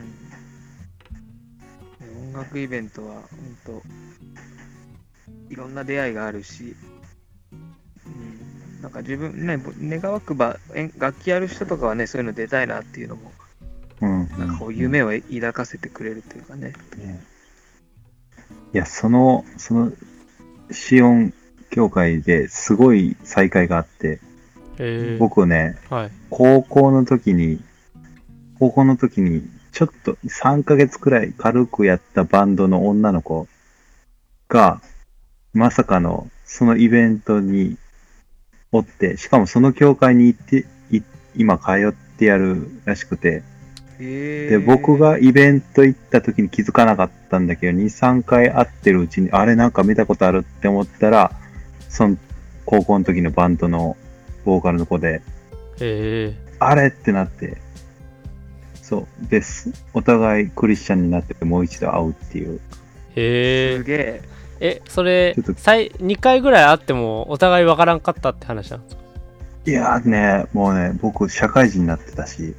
音楽イベントは本当いろんな出会いがあるし、うん、なんか自分ねぼ願わくばえ楽器やる人とかはねそういうの出たいなっていうのもうん。なんかこう夢を抱かせてくれるというかね、ねいや、その、その、シオン協会ですごい再会があって、へえ僕ね、はい高校の時に、高校の時に、ちょっと3ヶ月くらい軽くやったバンドの女の子が、まさかの、そのイベントにおって、しかもその教会に行って、い今通ってやるらしくて、へえで、僕がイベント行った時に気づかなかったんだけど、2、3回会ってるうちに、あれなんか見たことあるって思ったら、その高校の時のバンドのボーカルの子で、へあれってなって、そう、です。お互いクリスチャンになってもう一度会うっていう。えへすえげええそれちょっと最2回ぐらい会ってもお互いわからんかったって話なんですかいやーね、もうね、僕社会人になってたし、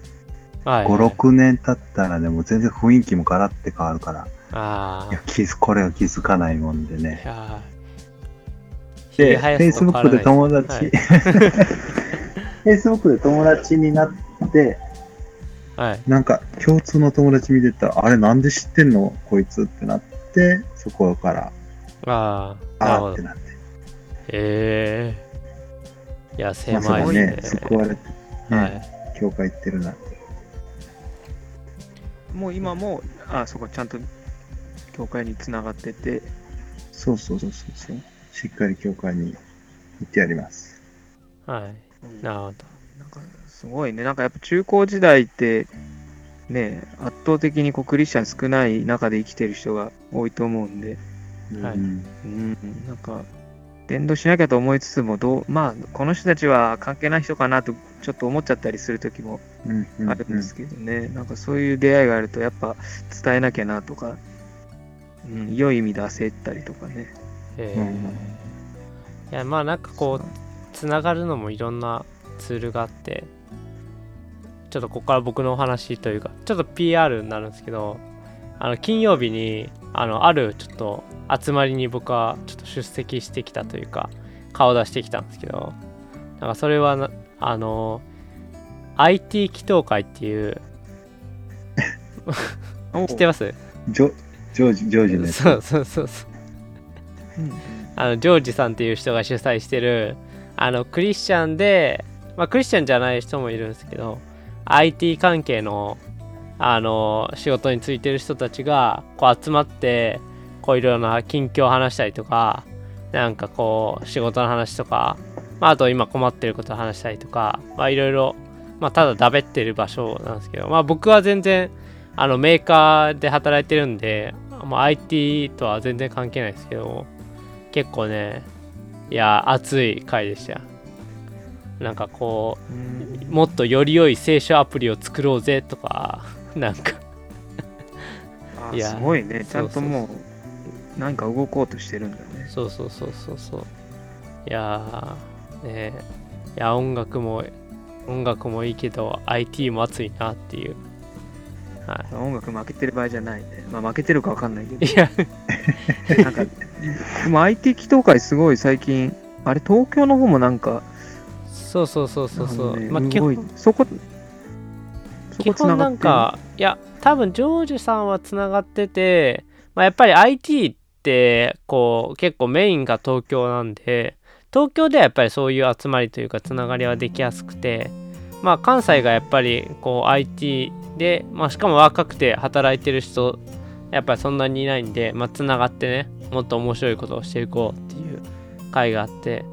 はい5、6年経ったらね、もう全然雰囲気もガラって変わるから、ああいや、気づ、これは気づかないもんでねい。やーひげで、生やすと変わら Facebook ないで友達、はい Facebook で友達になって、はいなんか共通の友達見てたら、あれなんで知ってんのこいつってなって、そこから、ああなるあほーどってへなって。えいや狭まさいかねで、すね救われて、はね、い教会行ってるなって。もう今もあそこちゃんと教会に繋がっててそうそうそうそうそう。しっかり教会に行ってやります。はいなるほどなんかすごいね、なんかやっぱ中高時代って、ね、圧倒的にこうクリスチャン少ない中で生きてる人が多いと思うんで、はいうんうん、なんか、伝道しなきゃと思いつつもどう、まあ、この人たちは関係ない人かなとちょっと思っちゃったりする時もうんうんあるんですけどね、なんかそういう出会いがあると、やっぱ伝えなきゃなとか、うん、良い意味で焦ったりとかね。えうーんいやまあなんかこうつながるのもいろんなツールがあってちょっとここから僕のお話というかちょっと PR になるんですけどあの金曜日にあのあるちょっと集まりに僕はちょっと出席してきたというか顔出してきたんですけどなんかそれはなあの IT 祈祷会っていうおう知ってますジョジョージ、ジョージのやつ。そうそうそうそううんあのジョージさんっていう人が主催してるあのクリスチャンで、まあ、クリスチャンじゃない人もいるんですけど IT 関係のあの仕事についてる人たちがこう集まってこういろいろな近況を話したりとかなんかこう仕事の話とか、まあ、あと今困ってることを話したりとか、まあ、いろいろ、まあ、ただだべってる場所なんですけど、まあ、僕は全然あのメーカーで働いてるんで、まあ、IT とは全然関係ないですけど結構ねいや熱い回でしたよなんかこうもっとより良い聖書アプリを作ろうぜとかなんかあいやすごいねちゃんそうそうそとうもうなんか動こうとしてるんだねそうそうそうそうそういやーねいや音楽も音楽もいいけど IT も熱いなっていうは音楽負けてる場合じゃないねまあ負けてるかわかんないけいどいやなんかでも IT 祈祷会すごい最近あれ東京の方もなんかそうそうそうそうそう、なんまかあね基動い本そこそ基こ本繋がなってんるかいや多分ジョージさんはつながってて、まあ、やっぱり IT ってこう結構メインが東京なんで東京ではやっぱりそういう集まりというかつながりはできやすくて、まあ、関西がやっぱりこう IT で、まあ、しかも若くて働いてる人やっぱりそんなにいないんで、まあ、つながってねもっと面白いことをしていこうっていう会があって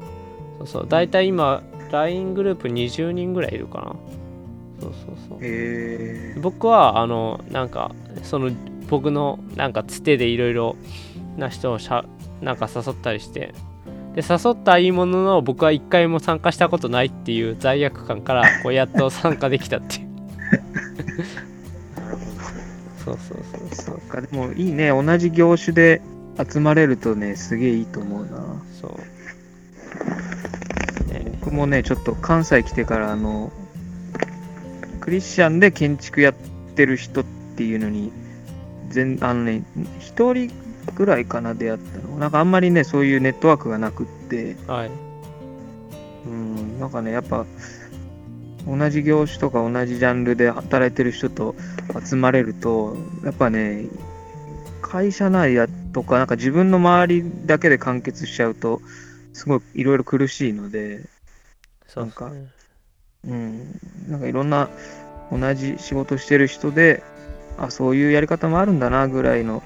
そうそう大体今 LINE グループ20人ぐらいいるかなそうそうそうへえ僕はあのなんかその僕のなんかつてでいろいろな人をしゃなんか誘ったりしてで誘ったいいものの僕は一回も参加したことないっていう罪悪感からこうやっと参加できたっていう なるほどそうそうそうそそううかでもいいね同じ業種で集まれるとねすげえいいと思うなそうね僕もねちょっと関西来てからあのクリスチャンで建築やってる人っていうのに全あのね一人ぐらいかな出会ったのなんかあんまりねそういうネットワークがなくってはいうんなんかねやっぱ同じ業種とか同じジャンルで働いてる人と集まれるとやっぱね会社内やとかなんか自分の周りだけで完結しちゃうとすごいいろいろ苦しいのでそうなんかですねうん、なんかいろんな同じ仕事してる人であそういうやり方もあるんだなぐらいの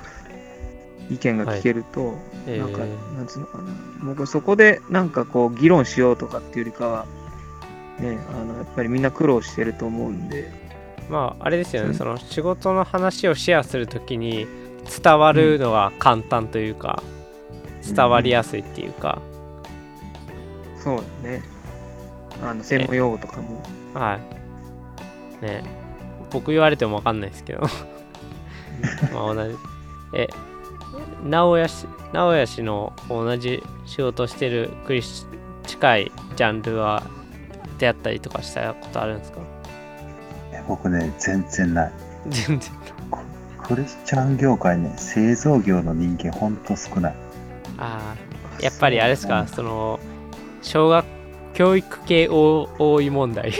意見が聞けると、えなんか、ーなんつうのかな僕そこでなんかこう議論しようとかっていうよりかはねあのやっぱりみんな苦労してると思うんでまああれですようねんその仕事の話をシェアするときに伝わるのが簡単というか、伝わりやすいっていうか、そうだねあの専門用語とかもはい。ね僕言われてもわかんないです けど。まあ同じ。え、直哉氏、直哉氏の同じ仕事してるクリス、近いジャンルは出会ったりとかしたことあるんですかえ僕ね、全然ない。全然。クリスチャン業界ね、製造業の人間ほんと少ない。ああ、やっぱりあれですか、そその、小学、教育系多多い問題。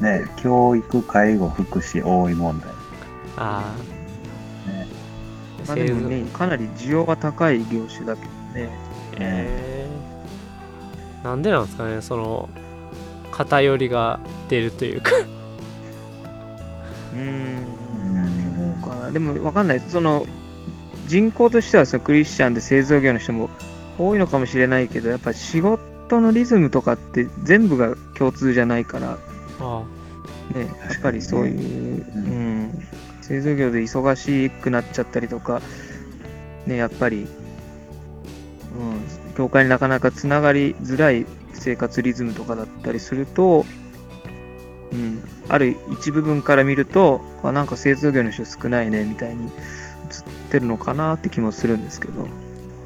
ね、教育、介護、福祉、多い問題。あねあ、まあ、でもねかなり需要が高い業種だけどねえーなんでなんですかねその偏りが出るというかううんんかなでもわかんないその人口としてはさクリスチャンで製造業の人も多いのかもしれないけどやっぱ仕事のリズムとかって全部が共通じゃないからあねやっぱりそういう、ううんん、製造業で忙しくなっちゃったりとかねやっぱり、うん、業界になかなかつながりづらい生活リズムとかだったりすると、うん、ある一部分から見るとあなんか製造業の人少ないねみたいに映ってるのかなって気もするんですけど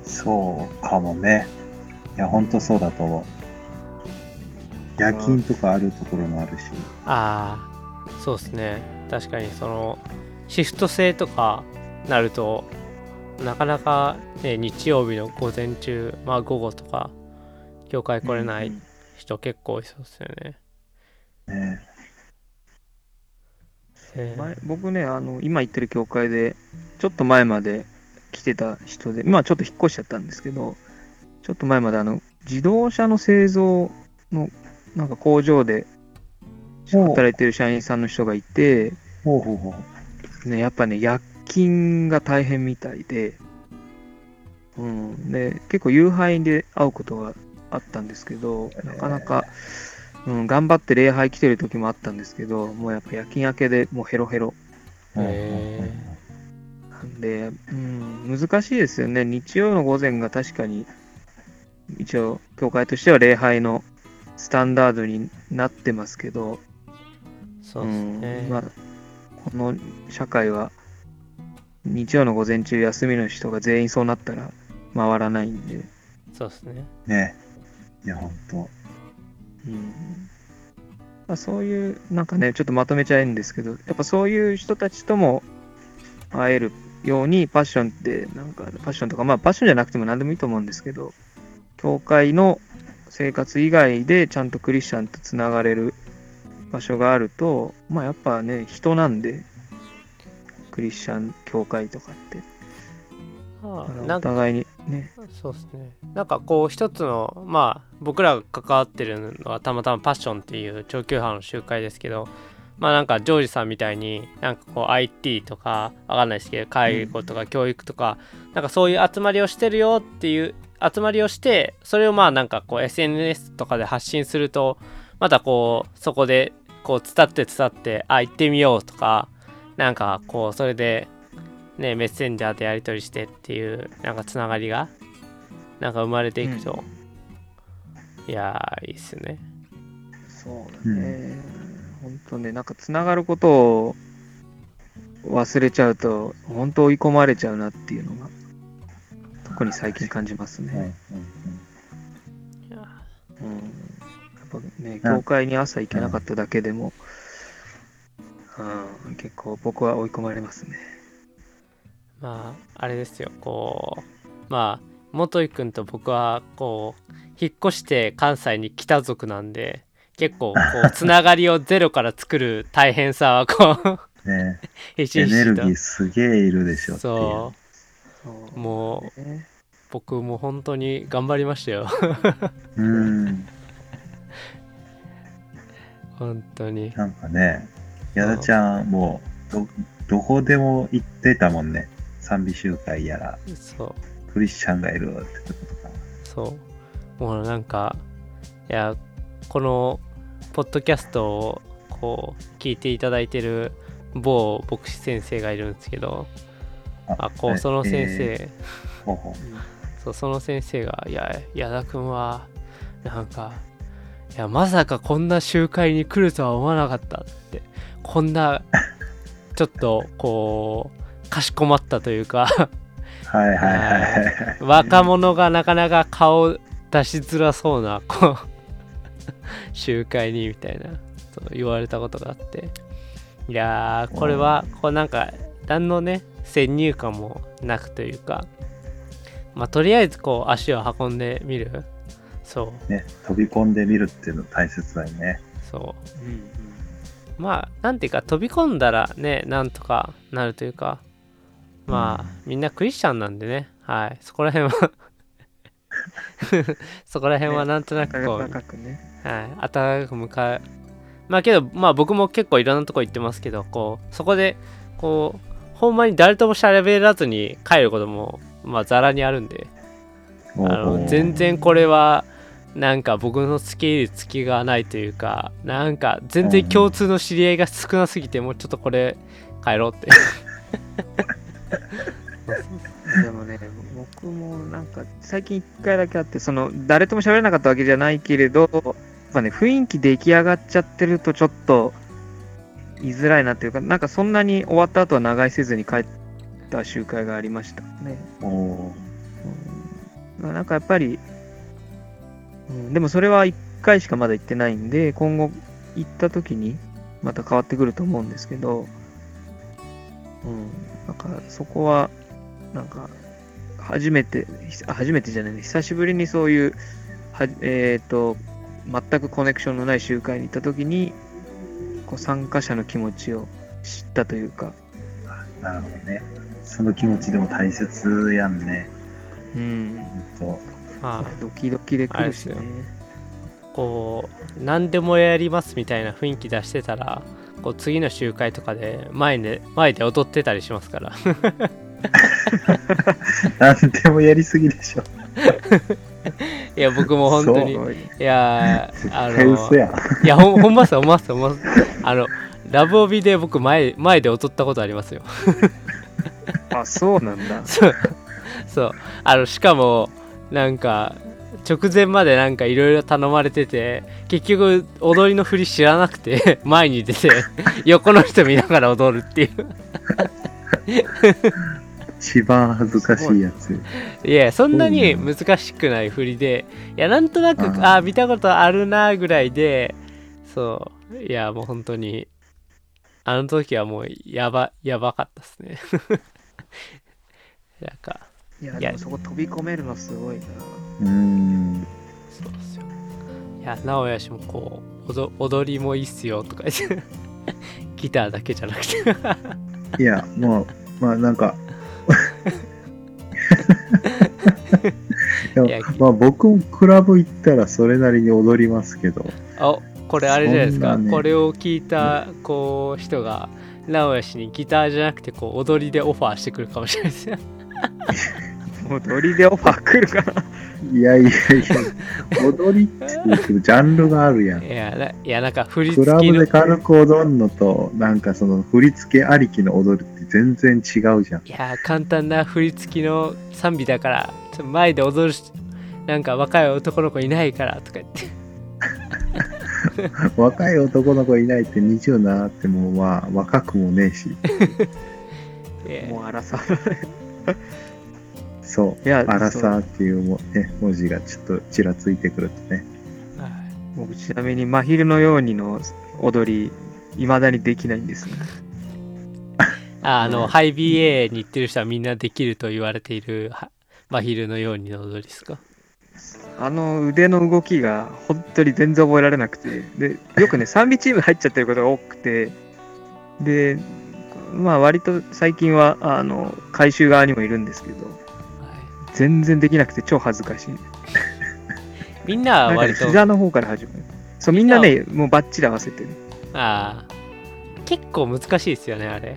そうかもね。いや、ほんとそうだと思う。夜勤とかあるところもあるし。 あーそうですね確かにそのシフト制とかなるとなかなか、ね、日曜日の午前中まあ午後とか教会来れない人結構いそうですよね。ねえー前僕ねあの今行ってる教会でちょっと前まで来てた人で今ちょっと引っ越しちゃったんですけどちょっと前まであの自動車の製造のなんか工場でおう働いてる社員さんの人がいて、ほうほうほう。ね、やっぱね薬菌が大変みたいで、うん、で結構夕飯で会うことがあったんですけどなかなか、うん、頑張って礼拝来てる時もあったんですけどもうやっぱ夜勤明けでもうヘロヘロへなんで、うん、難しいですよね。日曜の午前が確かに、一応、教会としては礼拝のスタンダードになってますけど、そうですうねん。まあ、この社会は、日曜の午前中休みの人が全員そうなったら回らないんで、そうですね。ねいや、ほんと。うんまあ、そういう、なんかね、ちょっとまとめちゃえんですけど、やっぱそういう人たちとも会えるように、パッションって、なんか、パッションとか、まあ、パッションじゃなくても何でもいいと思うんですけど、教会の生活以外でちゃんとクリスチャンとつながれる場所があると、まあ、やっぱね、人なんで、クリスチャン教会とかって、まああのなおんか互いにね、そうですね。なんかこう一つのまあ僕らが関わってるのはたまたまパッションっていう超級派の集会ですけど、まあなんかジョージさんみたいになんかこう IT とかわかんないですけど介護とか教育とか、なんかそういう集まりをしてるよっていう集まりをしてそれをまあなんかこう SNS とかで発信するとまたこうそこでこう伝って伝ってあ行ってみようとかなんかこうそれでねメッセンジャーでやり取りしてっていうなんかつながりがなんか生まれていくと、いやーいいっすねそうだね。本当ね、なんかつながることを忘れちゃうと、本当追い込まれちゃうなっていうのが、特に最近感じますうんうんうね。いんやうん、やっぱね、うん教会に朝行けなかっただけでも、うん、結構僕は追い込まれますね。まああれですよこうまあ元井君と僕はこう引っ越して関西に来た族なんで結構こ うつながりをゼロから作る大変さはこねうひしエひネしルとギーすげえいるでしょっていう。そそううもうね僕も本当に頑張りましたようん。本当になんかね、矢田ちゃん、もう、ど、どこでも行ってたもんね。賛美集会やら、そうクリスチャンがいるってことか。そうもうなんかいやこのポッドキャストをこう聞いていただいてる某牧師先生がいるんですけどあこうその先生、えーほうほうそうその先生が「いや矢田君はなんかいやまさかこんな集会に来るとは思わなかった」ってこんなちょっとこうかしこまったというかはいはいはいはい。若者がなかなか顔を出しづらそうなこう 集会にみたいなそう言われたことがあっていやーこれはこうなんか何のね先入観もなくというかまあとりあえずこう足を運んでみるそうね、飛び込んでみるっていうの大切だよね。そううんうんまあなんていうか飛び込んだらねなんとかなるというかまあみんなクリスチャンなんでねはいそこら辺は そこら辺はなんとなくこう、高くね。はい、温かく迎えまあけどまあ僕も結構いろんなとこ行ってますけどこうそこでこうほんまに誰とも喋らずに帰ることもまあざらにあるんでおうあの全然これはなんか僕の付け入る隙がないというかなんか全然共通の知り合いが少なすぎてもうちょっとこれ帰ろうってでもね、僕もなんか最近一回だけあって、その誰とも喋れなかったわけじゃないけれど、やっぱね、雰囲気出来上がっちゃってるとちょっと居づらいなっていうか、なんかそんなに終わった後は長居せずに帰った集会がありましたね。おううん、なんかやっぱり、うん、でもそれは一回しかまだ行ってないんで、今後行った時にまた変わってくると思うんですけど、うん、なんかそこは、なんか、初めて、ひ初めてじゃないね、久しぶりにそういう、はえっ、と、全くコネクションのない集会に行った時にこう参加者の気持ちを知ったというか、なるほどね。その気持ちでも大切やんね。うん、ほんと。 まドキドキで来るしねあれあこう何でもやりますみたいな雰囲気出してたらこう次の集会とかで前で前で踊ってたりしますから何でもやりすぎでしょ。 いや僕も本当にそういやーあ絶対嘘のやん。いやほんほ んまっすほんまっすほんまっすあのラブオビで僕前前で踊ったことありますよあそうなんだそう。そう。あの、しかも、なんか、直前までなんかいろいろ頼まれてて、結局踊りの振り知らなくて、 前に出 て、横の人見ながら踊るっていう。一番恥ずかしいやつ。いや、そんなに難しくない振りで、いや、なんとなく、うんああ、見たことあるなぐらいで、そう。いや、もう本当に、あの時はもう、やば、やばかったっすね。 なんか、 いやいやでもそこ飛び込めるのすごいなうーん。そうですよ。いや、直哉氏もこう、踊踊りもいいっすよとか言って、ギターだけじゃなくて、 いや、もう、まあなんか。 でもいやまあ僕もクラブ行ったらそれなりに踊りますけど。あこれあれじゃないですそか、んなねこれを聞いたこう人が、直哉氏にギターじゃなくてこう踊りでオファーしてくるかもしれないです よ。もう鳥でオファー来る かないやいやいや、踊りって言うけどジャンルがあるやんい。や、ないやなんか振り付クラきブの。でい軽く踊んのと、なんかその振り付けありきの踊るって全然違 うじゃん。や、簡単な振り付きの賛美だから、ちょっと前で踊るし、なんか若い男の子いないからとか言って。若い男の子いないって20なってもまあ若くもねえ し、いやもう荒さいそう。やアラそうサーっていうも、ね、文字がちょっとちらついてくるとね。はい僕ちなみに「真昼のように」の踊りいまだにできないんです、ね、ああうの、んハイ BA に行ってる人はみんなできると言われているは真昼のようにの踊りですかあの腕の動きが本当に全然覚えられなくてで よくね賛美チーム入っちゃってることが多くてでまあ割と最近はあの回収側にもいるんですけどは全然できなくて超恥ずかしいい、みんなはなんかね割と、あ膝の方から始めるそうみんなねもうバッチリ合わせてるあ結構難しいですよね、あれ。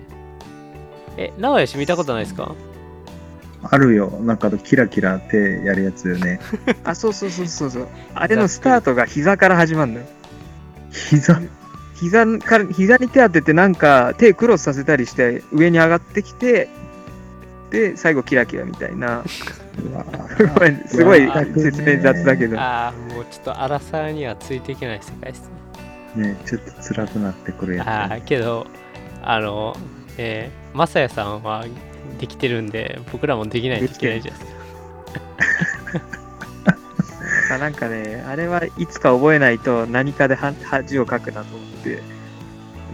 え、直哉氏見たことないですかあるよ。なんかあのキラキラ手やるやつよね。あそうそうそうそうそうあれのスタートが膝から始まるのよ膝膝から膝に手当ててなんか手クロスさせたりして上に上がってきてで最後キラキラみたい なうわ ごめんすごい説明雑だけどああ、もうちょっと荒さにはついていけない世界ですね。ね、ちょっと辛くなってくるあやあ、けど、あの、えー、まさやさんはできてるんで、僕らもできないといけないじゃないですか。あなんかねあれはいつか覚えないと何かでは恥をかくなと思って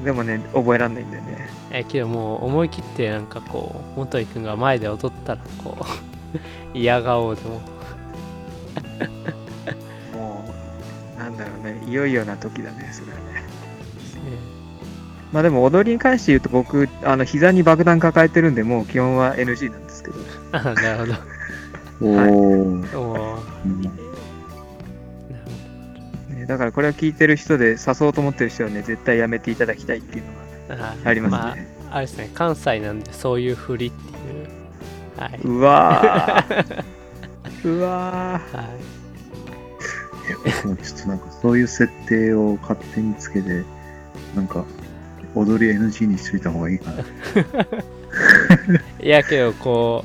でもね覚えらんないんだよねえーけどもう思い切ってなんかこう元井くんが前で踊ったらこう 嫌顔でももうなんだろうねいよいよな時だねそれはねえまあでも踊りに関して言うと僕あの膝に爆弾抱えてるんでもう基本は NG なんですけどーあーなるほつ。おお、どもううんなるほね、だからこれを聞いてる人で誘おうと思ってる人はね絶対やめていただきたいっていうのがどあーありますね、まあ、あれですね関西なんでそういう振りっていうはいうわーうはわいえ僕もちょっとなんかそういう設定を勝手につけて、なんか踊り NG にしといた方がいいかな。いやけどこ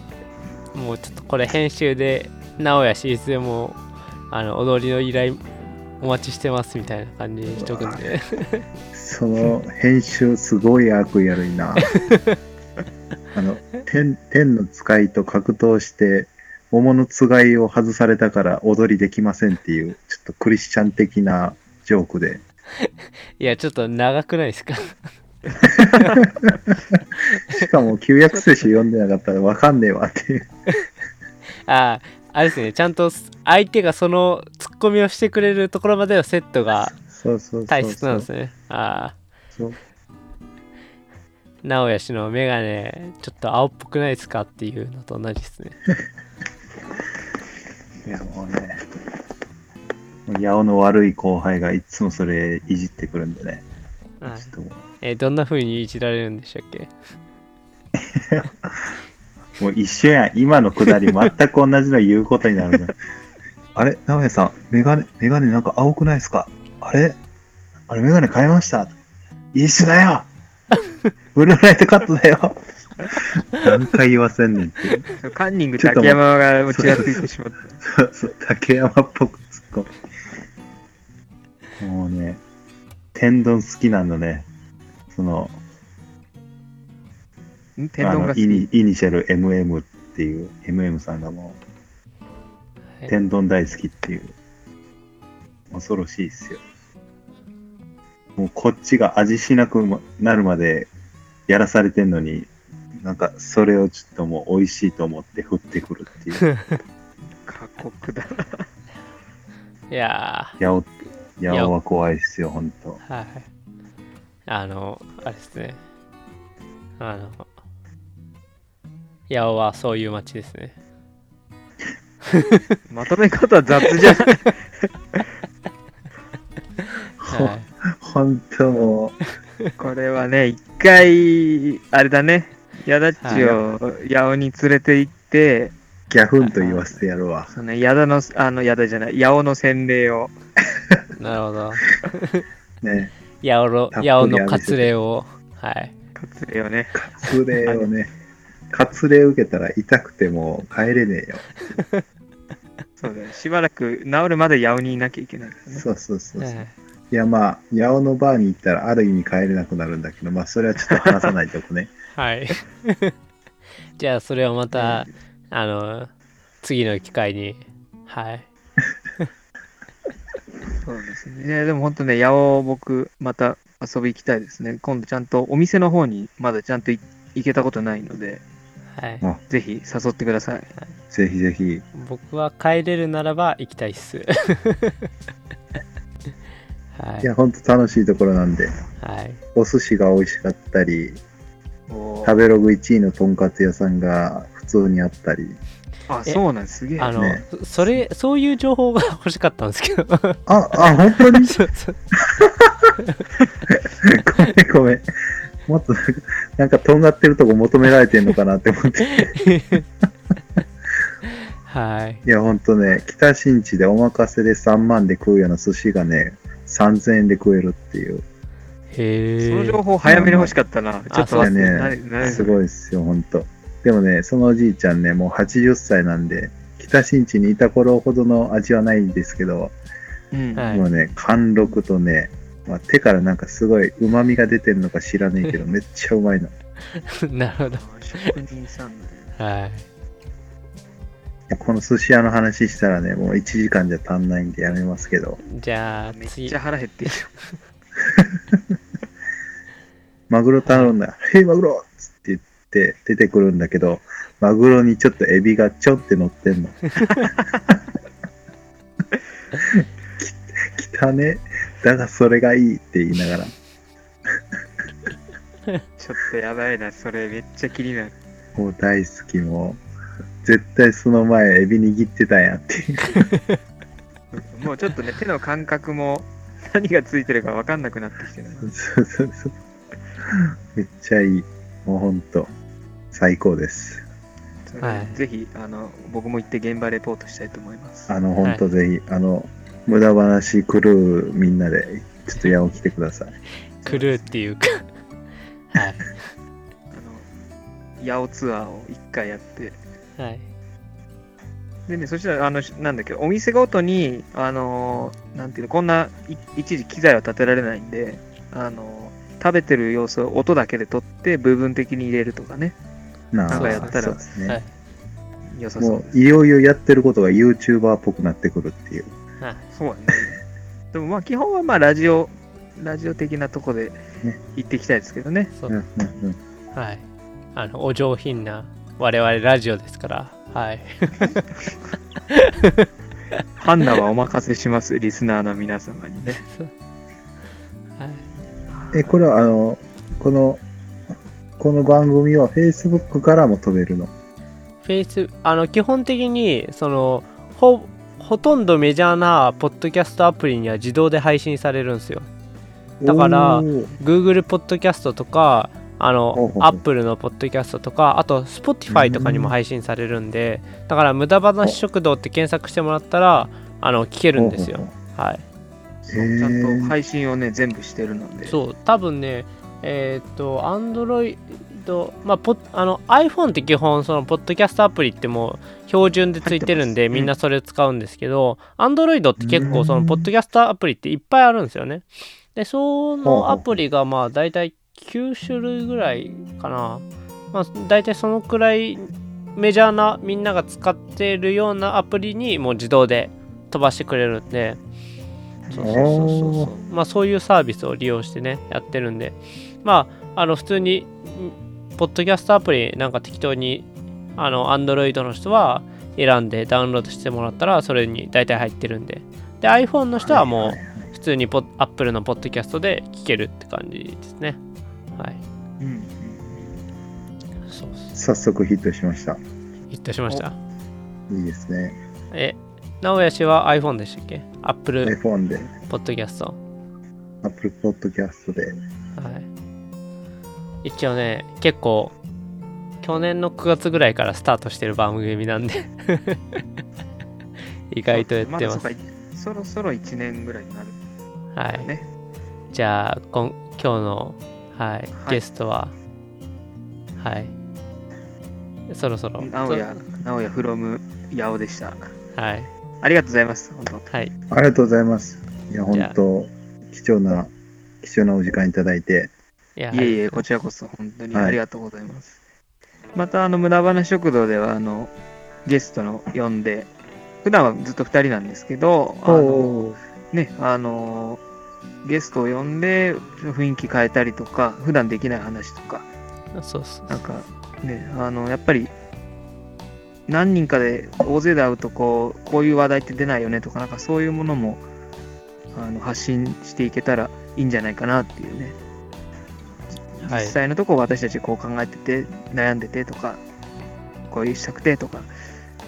うもうちょっとこれ編集で直哉しいつでもあの踊りの依頼お待ちしてますみたいな感じにしとくんでその編集すごい悪意あるい な。あの天天の使いと格闘して桃のつがいを外されたから踊りできませんっていうちょっとクリスチャン的なジョークで いやちょっと長くないですか しかも旧約聖書読んでなかったらわかんねえわっていうあああれですねちゃんと相手がそのツッコミをしてくれるところまでのセットが そうそうそうそう。大切なんですね。ああ。そう直哉氏のメガネ、ちょっと青っぽくないですかっていうのと同じですね。いやもうね、八尾の悪い後輩がいつもそれいじってくるんでね、はいちょっともえーどんな風にいじられるんでしたっけうもう一緒やん、今のくだり全く同じの言うことになる じゃん。あれ、直哉さん、メガネ、メガネなんか青くないですかあれあれ、メガネ買いました一緒 だよブルーライトカットだよ何回言わせんねんっていう。カンニング竹山がもうちらついてしまった。そうそう、竹山っぽく突っ込む。もうね、天丼好きなんだね。その、ん天丼が好あのイきニ。イニシャル MM っていう MM さんがもはうい天丼大好きっていう恐ろしいっすよもうこっちが味しなくもなるまでやらされてんのになんかそれをちょっともう美味しいと思って振ってくるっ ていう過酷だ。いややおやおは怖いっすよほんとー、はい。あの、あれですね。あの、八尾はそういう街ですね。まとめ方雑じゃない。はほんともこれはね、一回、あれだね、ヤダッチを八尾に連れて行って、うギャフンと言わせてやるわそのヤダの、あの、ヤダじゃない、八尾の洗礼を、 い。なるほど。ね八尾のたっぷり八尾の割礼を。はい。割礼をね、割礼をね割礼受けたら痛くてもう帰れねえよそうだよ、しばらく治るまで八尾にいなきゃいけないからね。 そうそうそうそう、はいいやまあ、八尾のバーに行ったらある意味帰れなくなるんだけど、まあそれはちょっと話さないとこね。はい。 じゃあ、それをまた、あの、次の機会に、はい。そうですね。いやでも本当ね、八尾、僕、また遊び行きたいですね。今度ちゃんとお店の方に、まだちゃんとい行けたことないので、はい。ぜひ誘ってください。ぜひぜひ。僕は帰れるならば行きたいっす。はいいや、ほんと楽しいところなんで、い。はい。お寿司が美味しかったり、お食べログ1位のとんかつ屋さんが普通にあったり、あ、そうなんです、すげえ。あの、ねそそれ、そういう情報が欲しかったんですけど。あ、あ、本当 にそうそうごめんごめん。もっとなんか、なんかとんがってるとこ求められてんのかなって思って。はい。いや、ほんとね、北新地でお任せで3万で食うような寿司がね、3000円で食えるっていう、へそのえ。情報早めに欲しかったな。ちょっとあ待って、そうだななすごいですよ、ほんと。でもね、そのおじいちゃんね、もう80歳なんで、北新地にいた頃ほどの味はないんですけど、うんはい もうね、貫禄とね、まあ、手からなんかすごい旨味が出てるのか知らねえけど、めっちゃうまいの。なるほど。職人さんだね。はい。この寿司屋の話したらね、もう1時間じゃ足んないんでやめますけど、じゃあ、めっ次ちゃ。腹減ってきた。マグロ頼んだら、へいマグロっつって言って出てくるんだけど、マグロにちょっとエビがちょって乗ってんの。 き汚ね。だがそれがいいって言いながら。ちょっとやばいな、それめっちゃ気になる。もう大好きもう絶対その前エビ握ってたんやっていう もうちょ っとね、手の感覚も何がついてるか分かんなくなってきてるな。そうそうそうめっちゃいいもうほんと最高ですそれはいぜひあの、僕も行って現場レポートしたいと思います。あのほんとぜひ、あの無駄話クルーみんなでちょっと矢を来てくださいクルーっていうか。はい。あの八尾ツアーを一回やって。はい。でね、そしたら、あの、しなんだっけ、お店ごとに、あのー、なんていうの、こんな、い一時機材は立てられないんで、あのー、食べてる様子を音だけで撮って、部分的に入れるとかね、ななんかやったらそうですね、はい。良さそもう。ういよいよやってることが YouTuber っぽくなってくるっていうはい。そうだね。 でも、まあ、基本は、まあ、ラジオ、ラジオ的なとこでね行っていきたいですけどね。そううんうんうんはい。あの、お上品な我々ラジオですから、はい。判断はお任せします、リスナーの皆様にね。はいえ、これはあの、この、この番組は Facebook からも飛べるの。フェイスあの基本的にそのほほとんどメジャーなポッドキャストアプリには自動で配信されるんですよだからおー Google ポッドキャストとかあほうのほうほう Apple のポッドキャストとかあと Spotify とかにも配信されるんでだから無駄話食堂って検索してもらったらあの聞けるんですほうよほはいそうへーちゃんと配信をね、全部してるので。そう多分ねえーっと Android まあ、ポッあの iPhone って基本そのポッドキャストアプリってもう標準でついてるんで入ってますみんなそれを使うんですけど Android って結構そうのんポッドキャストアプリっていっぱいあるんですよねでそほうほうほのうアプリがまあ大体9種類ぐらいかなまあ大体そのくらいメジャーなみんなが使ってるようなアプリにもう自動で飛ばしてくれるんでそうそうそうそうそうまあそういうサービスを利用してねやってるんでまああの普通にんポッドキャストアプリなんか適当にあの Android の人は選んでダウンロードしてもらったらそれに大体入ってるんでで iPhone の人はもう普通にポッ Apple のポッドキャストで聞けるって感じですねはいうんうん。そうです早速ヒットしました。ヒットしましたいいですね。え直哉氏は iPhone でしたっけ ?Apple iPhone で、ポッドキャスト Apple Podcast で。はい、一応ね結構去年の9月ぐらいからスタートしてる番組なん で意外とやってますだそろそろ1年ぐらいになるはからい、ね。じゃあこん今日の、はいいゲストははいそろそろ直哉、直哉 from 八尾でした。そはいありがとうございます。本当はいありがとうございます。いや、じゃあ本当貴重な、貴重なお時間いただいて。いやいえいえ、こちらこそ本当にはいありがとうございます。また、あの、無駄話食堂では、あの、ゲストの呼んで、普段はずっと2人なんですけど、あのおーね、あの、ゲストを呼んで雰囲気変えたりとか、普段できない話とか、そうそうなんかね、あの、やっぱり、何人かで大勢で会うとこう、こういう話題って出ないよねとか、なんかそういうものも、あの、発信していけたらいいんじゃないかなっていうね。はい実際のとこ私たちこう考えてて、悩んでてとか、こういうしたくてとか、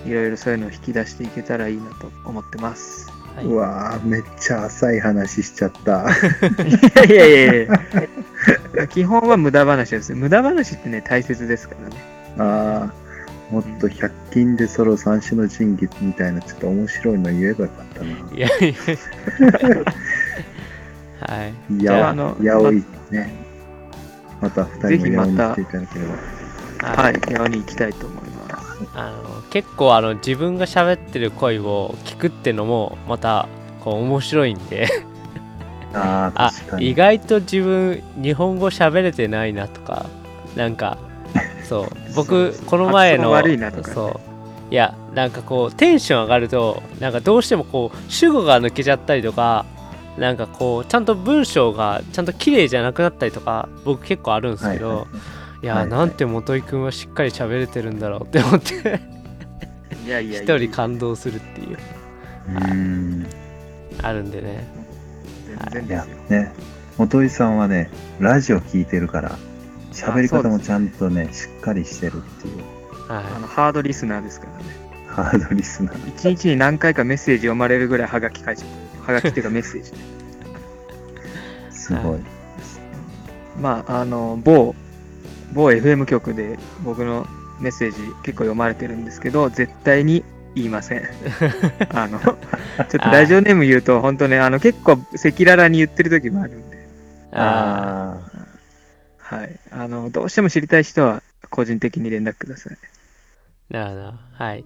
いろいろそういうのを引き出していけたらいいなと思ってます。はいうわーめっちゃ浅い話しちゃった。いやいやいや 基本は無駄話です。無駄話ってね、大切ですからね。あーもっと100均でそろ三種の神器みたいなちょっと面白いの言えばよかったな。いや いやはいいじゃああやの、やおいね。また二人もやおいに来ていただければ。はい、山に行きたいと思います。あの結構あの自分が喋ってる声を聞くってのもまたこう面白いん であああー、確か意に。外と自分日本語喋れてないなと かなんかそう僕そうこの前の発音悪いなとかねそういやなんかこうテンション上がるとなんかどうしてもこう主語が抜けちゃったりとかなんかこうちゃんと文章がちゃんと綺麗じゃなくなったりとか僕結構あるんですけど、はいはいいや、はいはいなんて元井君はしっかり喋れてるんだろうって思っていやいやい一や、人感動するっていううーん。あるんでね全然いでやすよ。、ね。元井さんはね、ラジオ聞いてるから、喋り方もちゃんとね、しっかりしてるっていう、あはのハードリスナーですからね。ハードリスナー。一日に何回かメッセージ読まれるぐらいハガキ書いちゃう。ハガキっていうかメッセージ。すご。はい まあ、あの、某、某 FM 局で僕のメッセージ結構読まれてるんですけど、絶対に言いません。あの、ちょっとラジオネーム言うと、本当ね、あの、結構赤裸々に言ってる時もあるんで、いあはい。あの、どうしても知りたい人は、個人的に連絡ください。ーなるほどはいはい。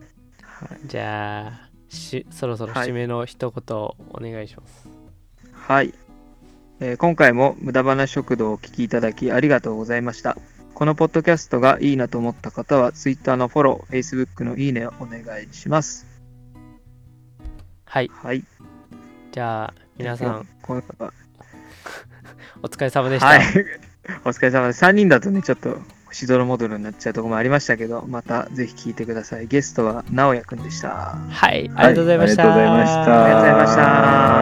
じゃあしそろそろはい締めの一言をお願いします、はい、えー今回も無駄話食堂をお聞きいただきありがとうございましたこのポッドキャストがいいなと思った方は Twitter のフォロー Facebook のいいねをお願いしますはい、はいじゃあ皆さん今回はお疲れ様でした、 はいお疲れ様です3人だとねちょっとしどろもどろになっちゃうところもありましたけど、またぜひ聞いてください。ゲストは直也くんでした。はい、ありがとうございました。はいありがとうございましたありがとうございました。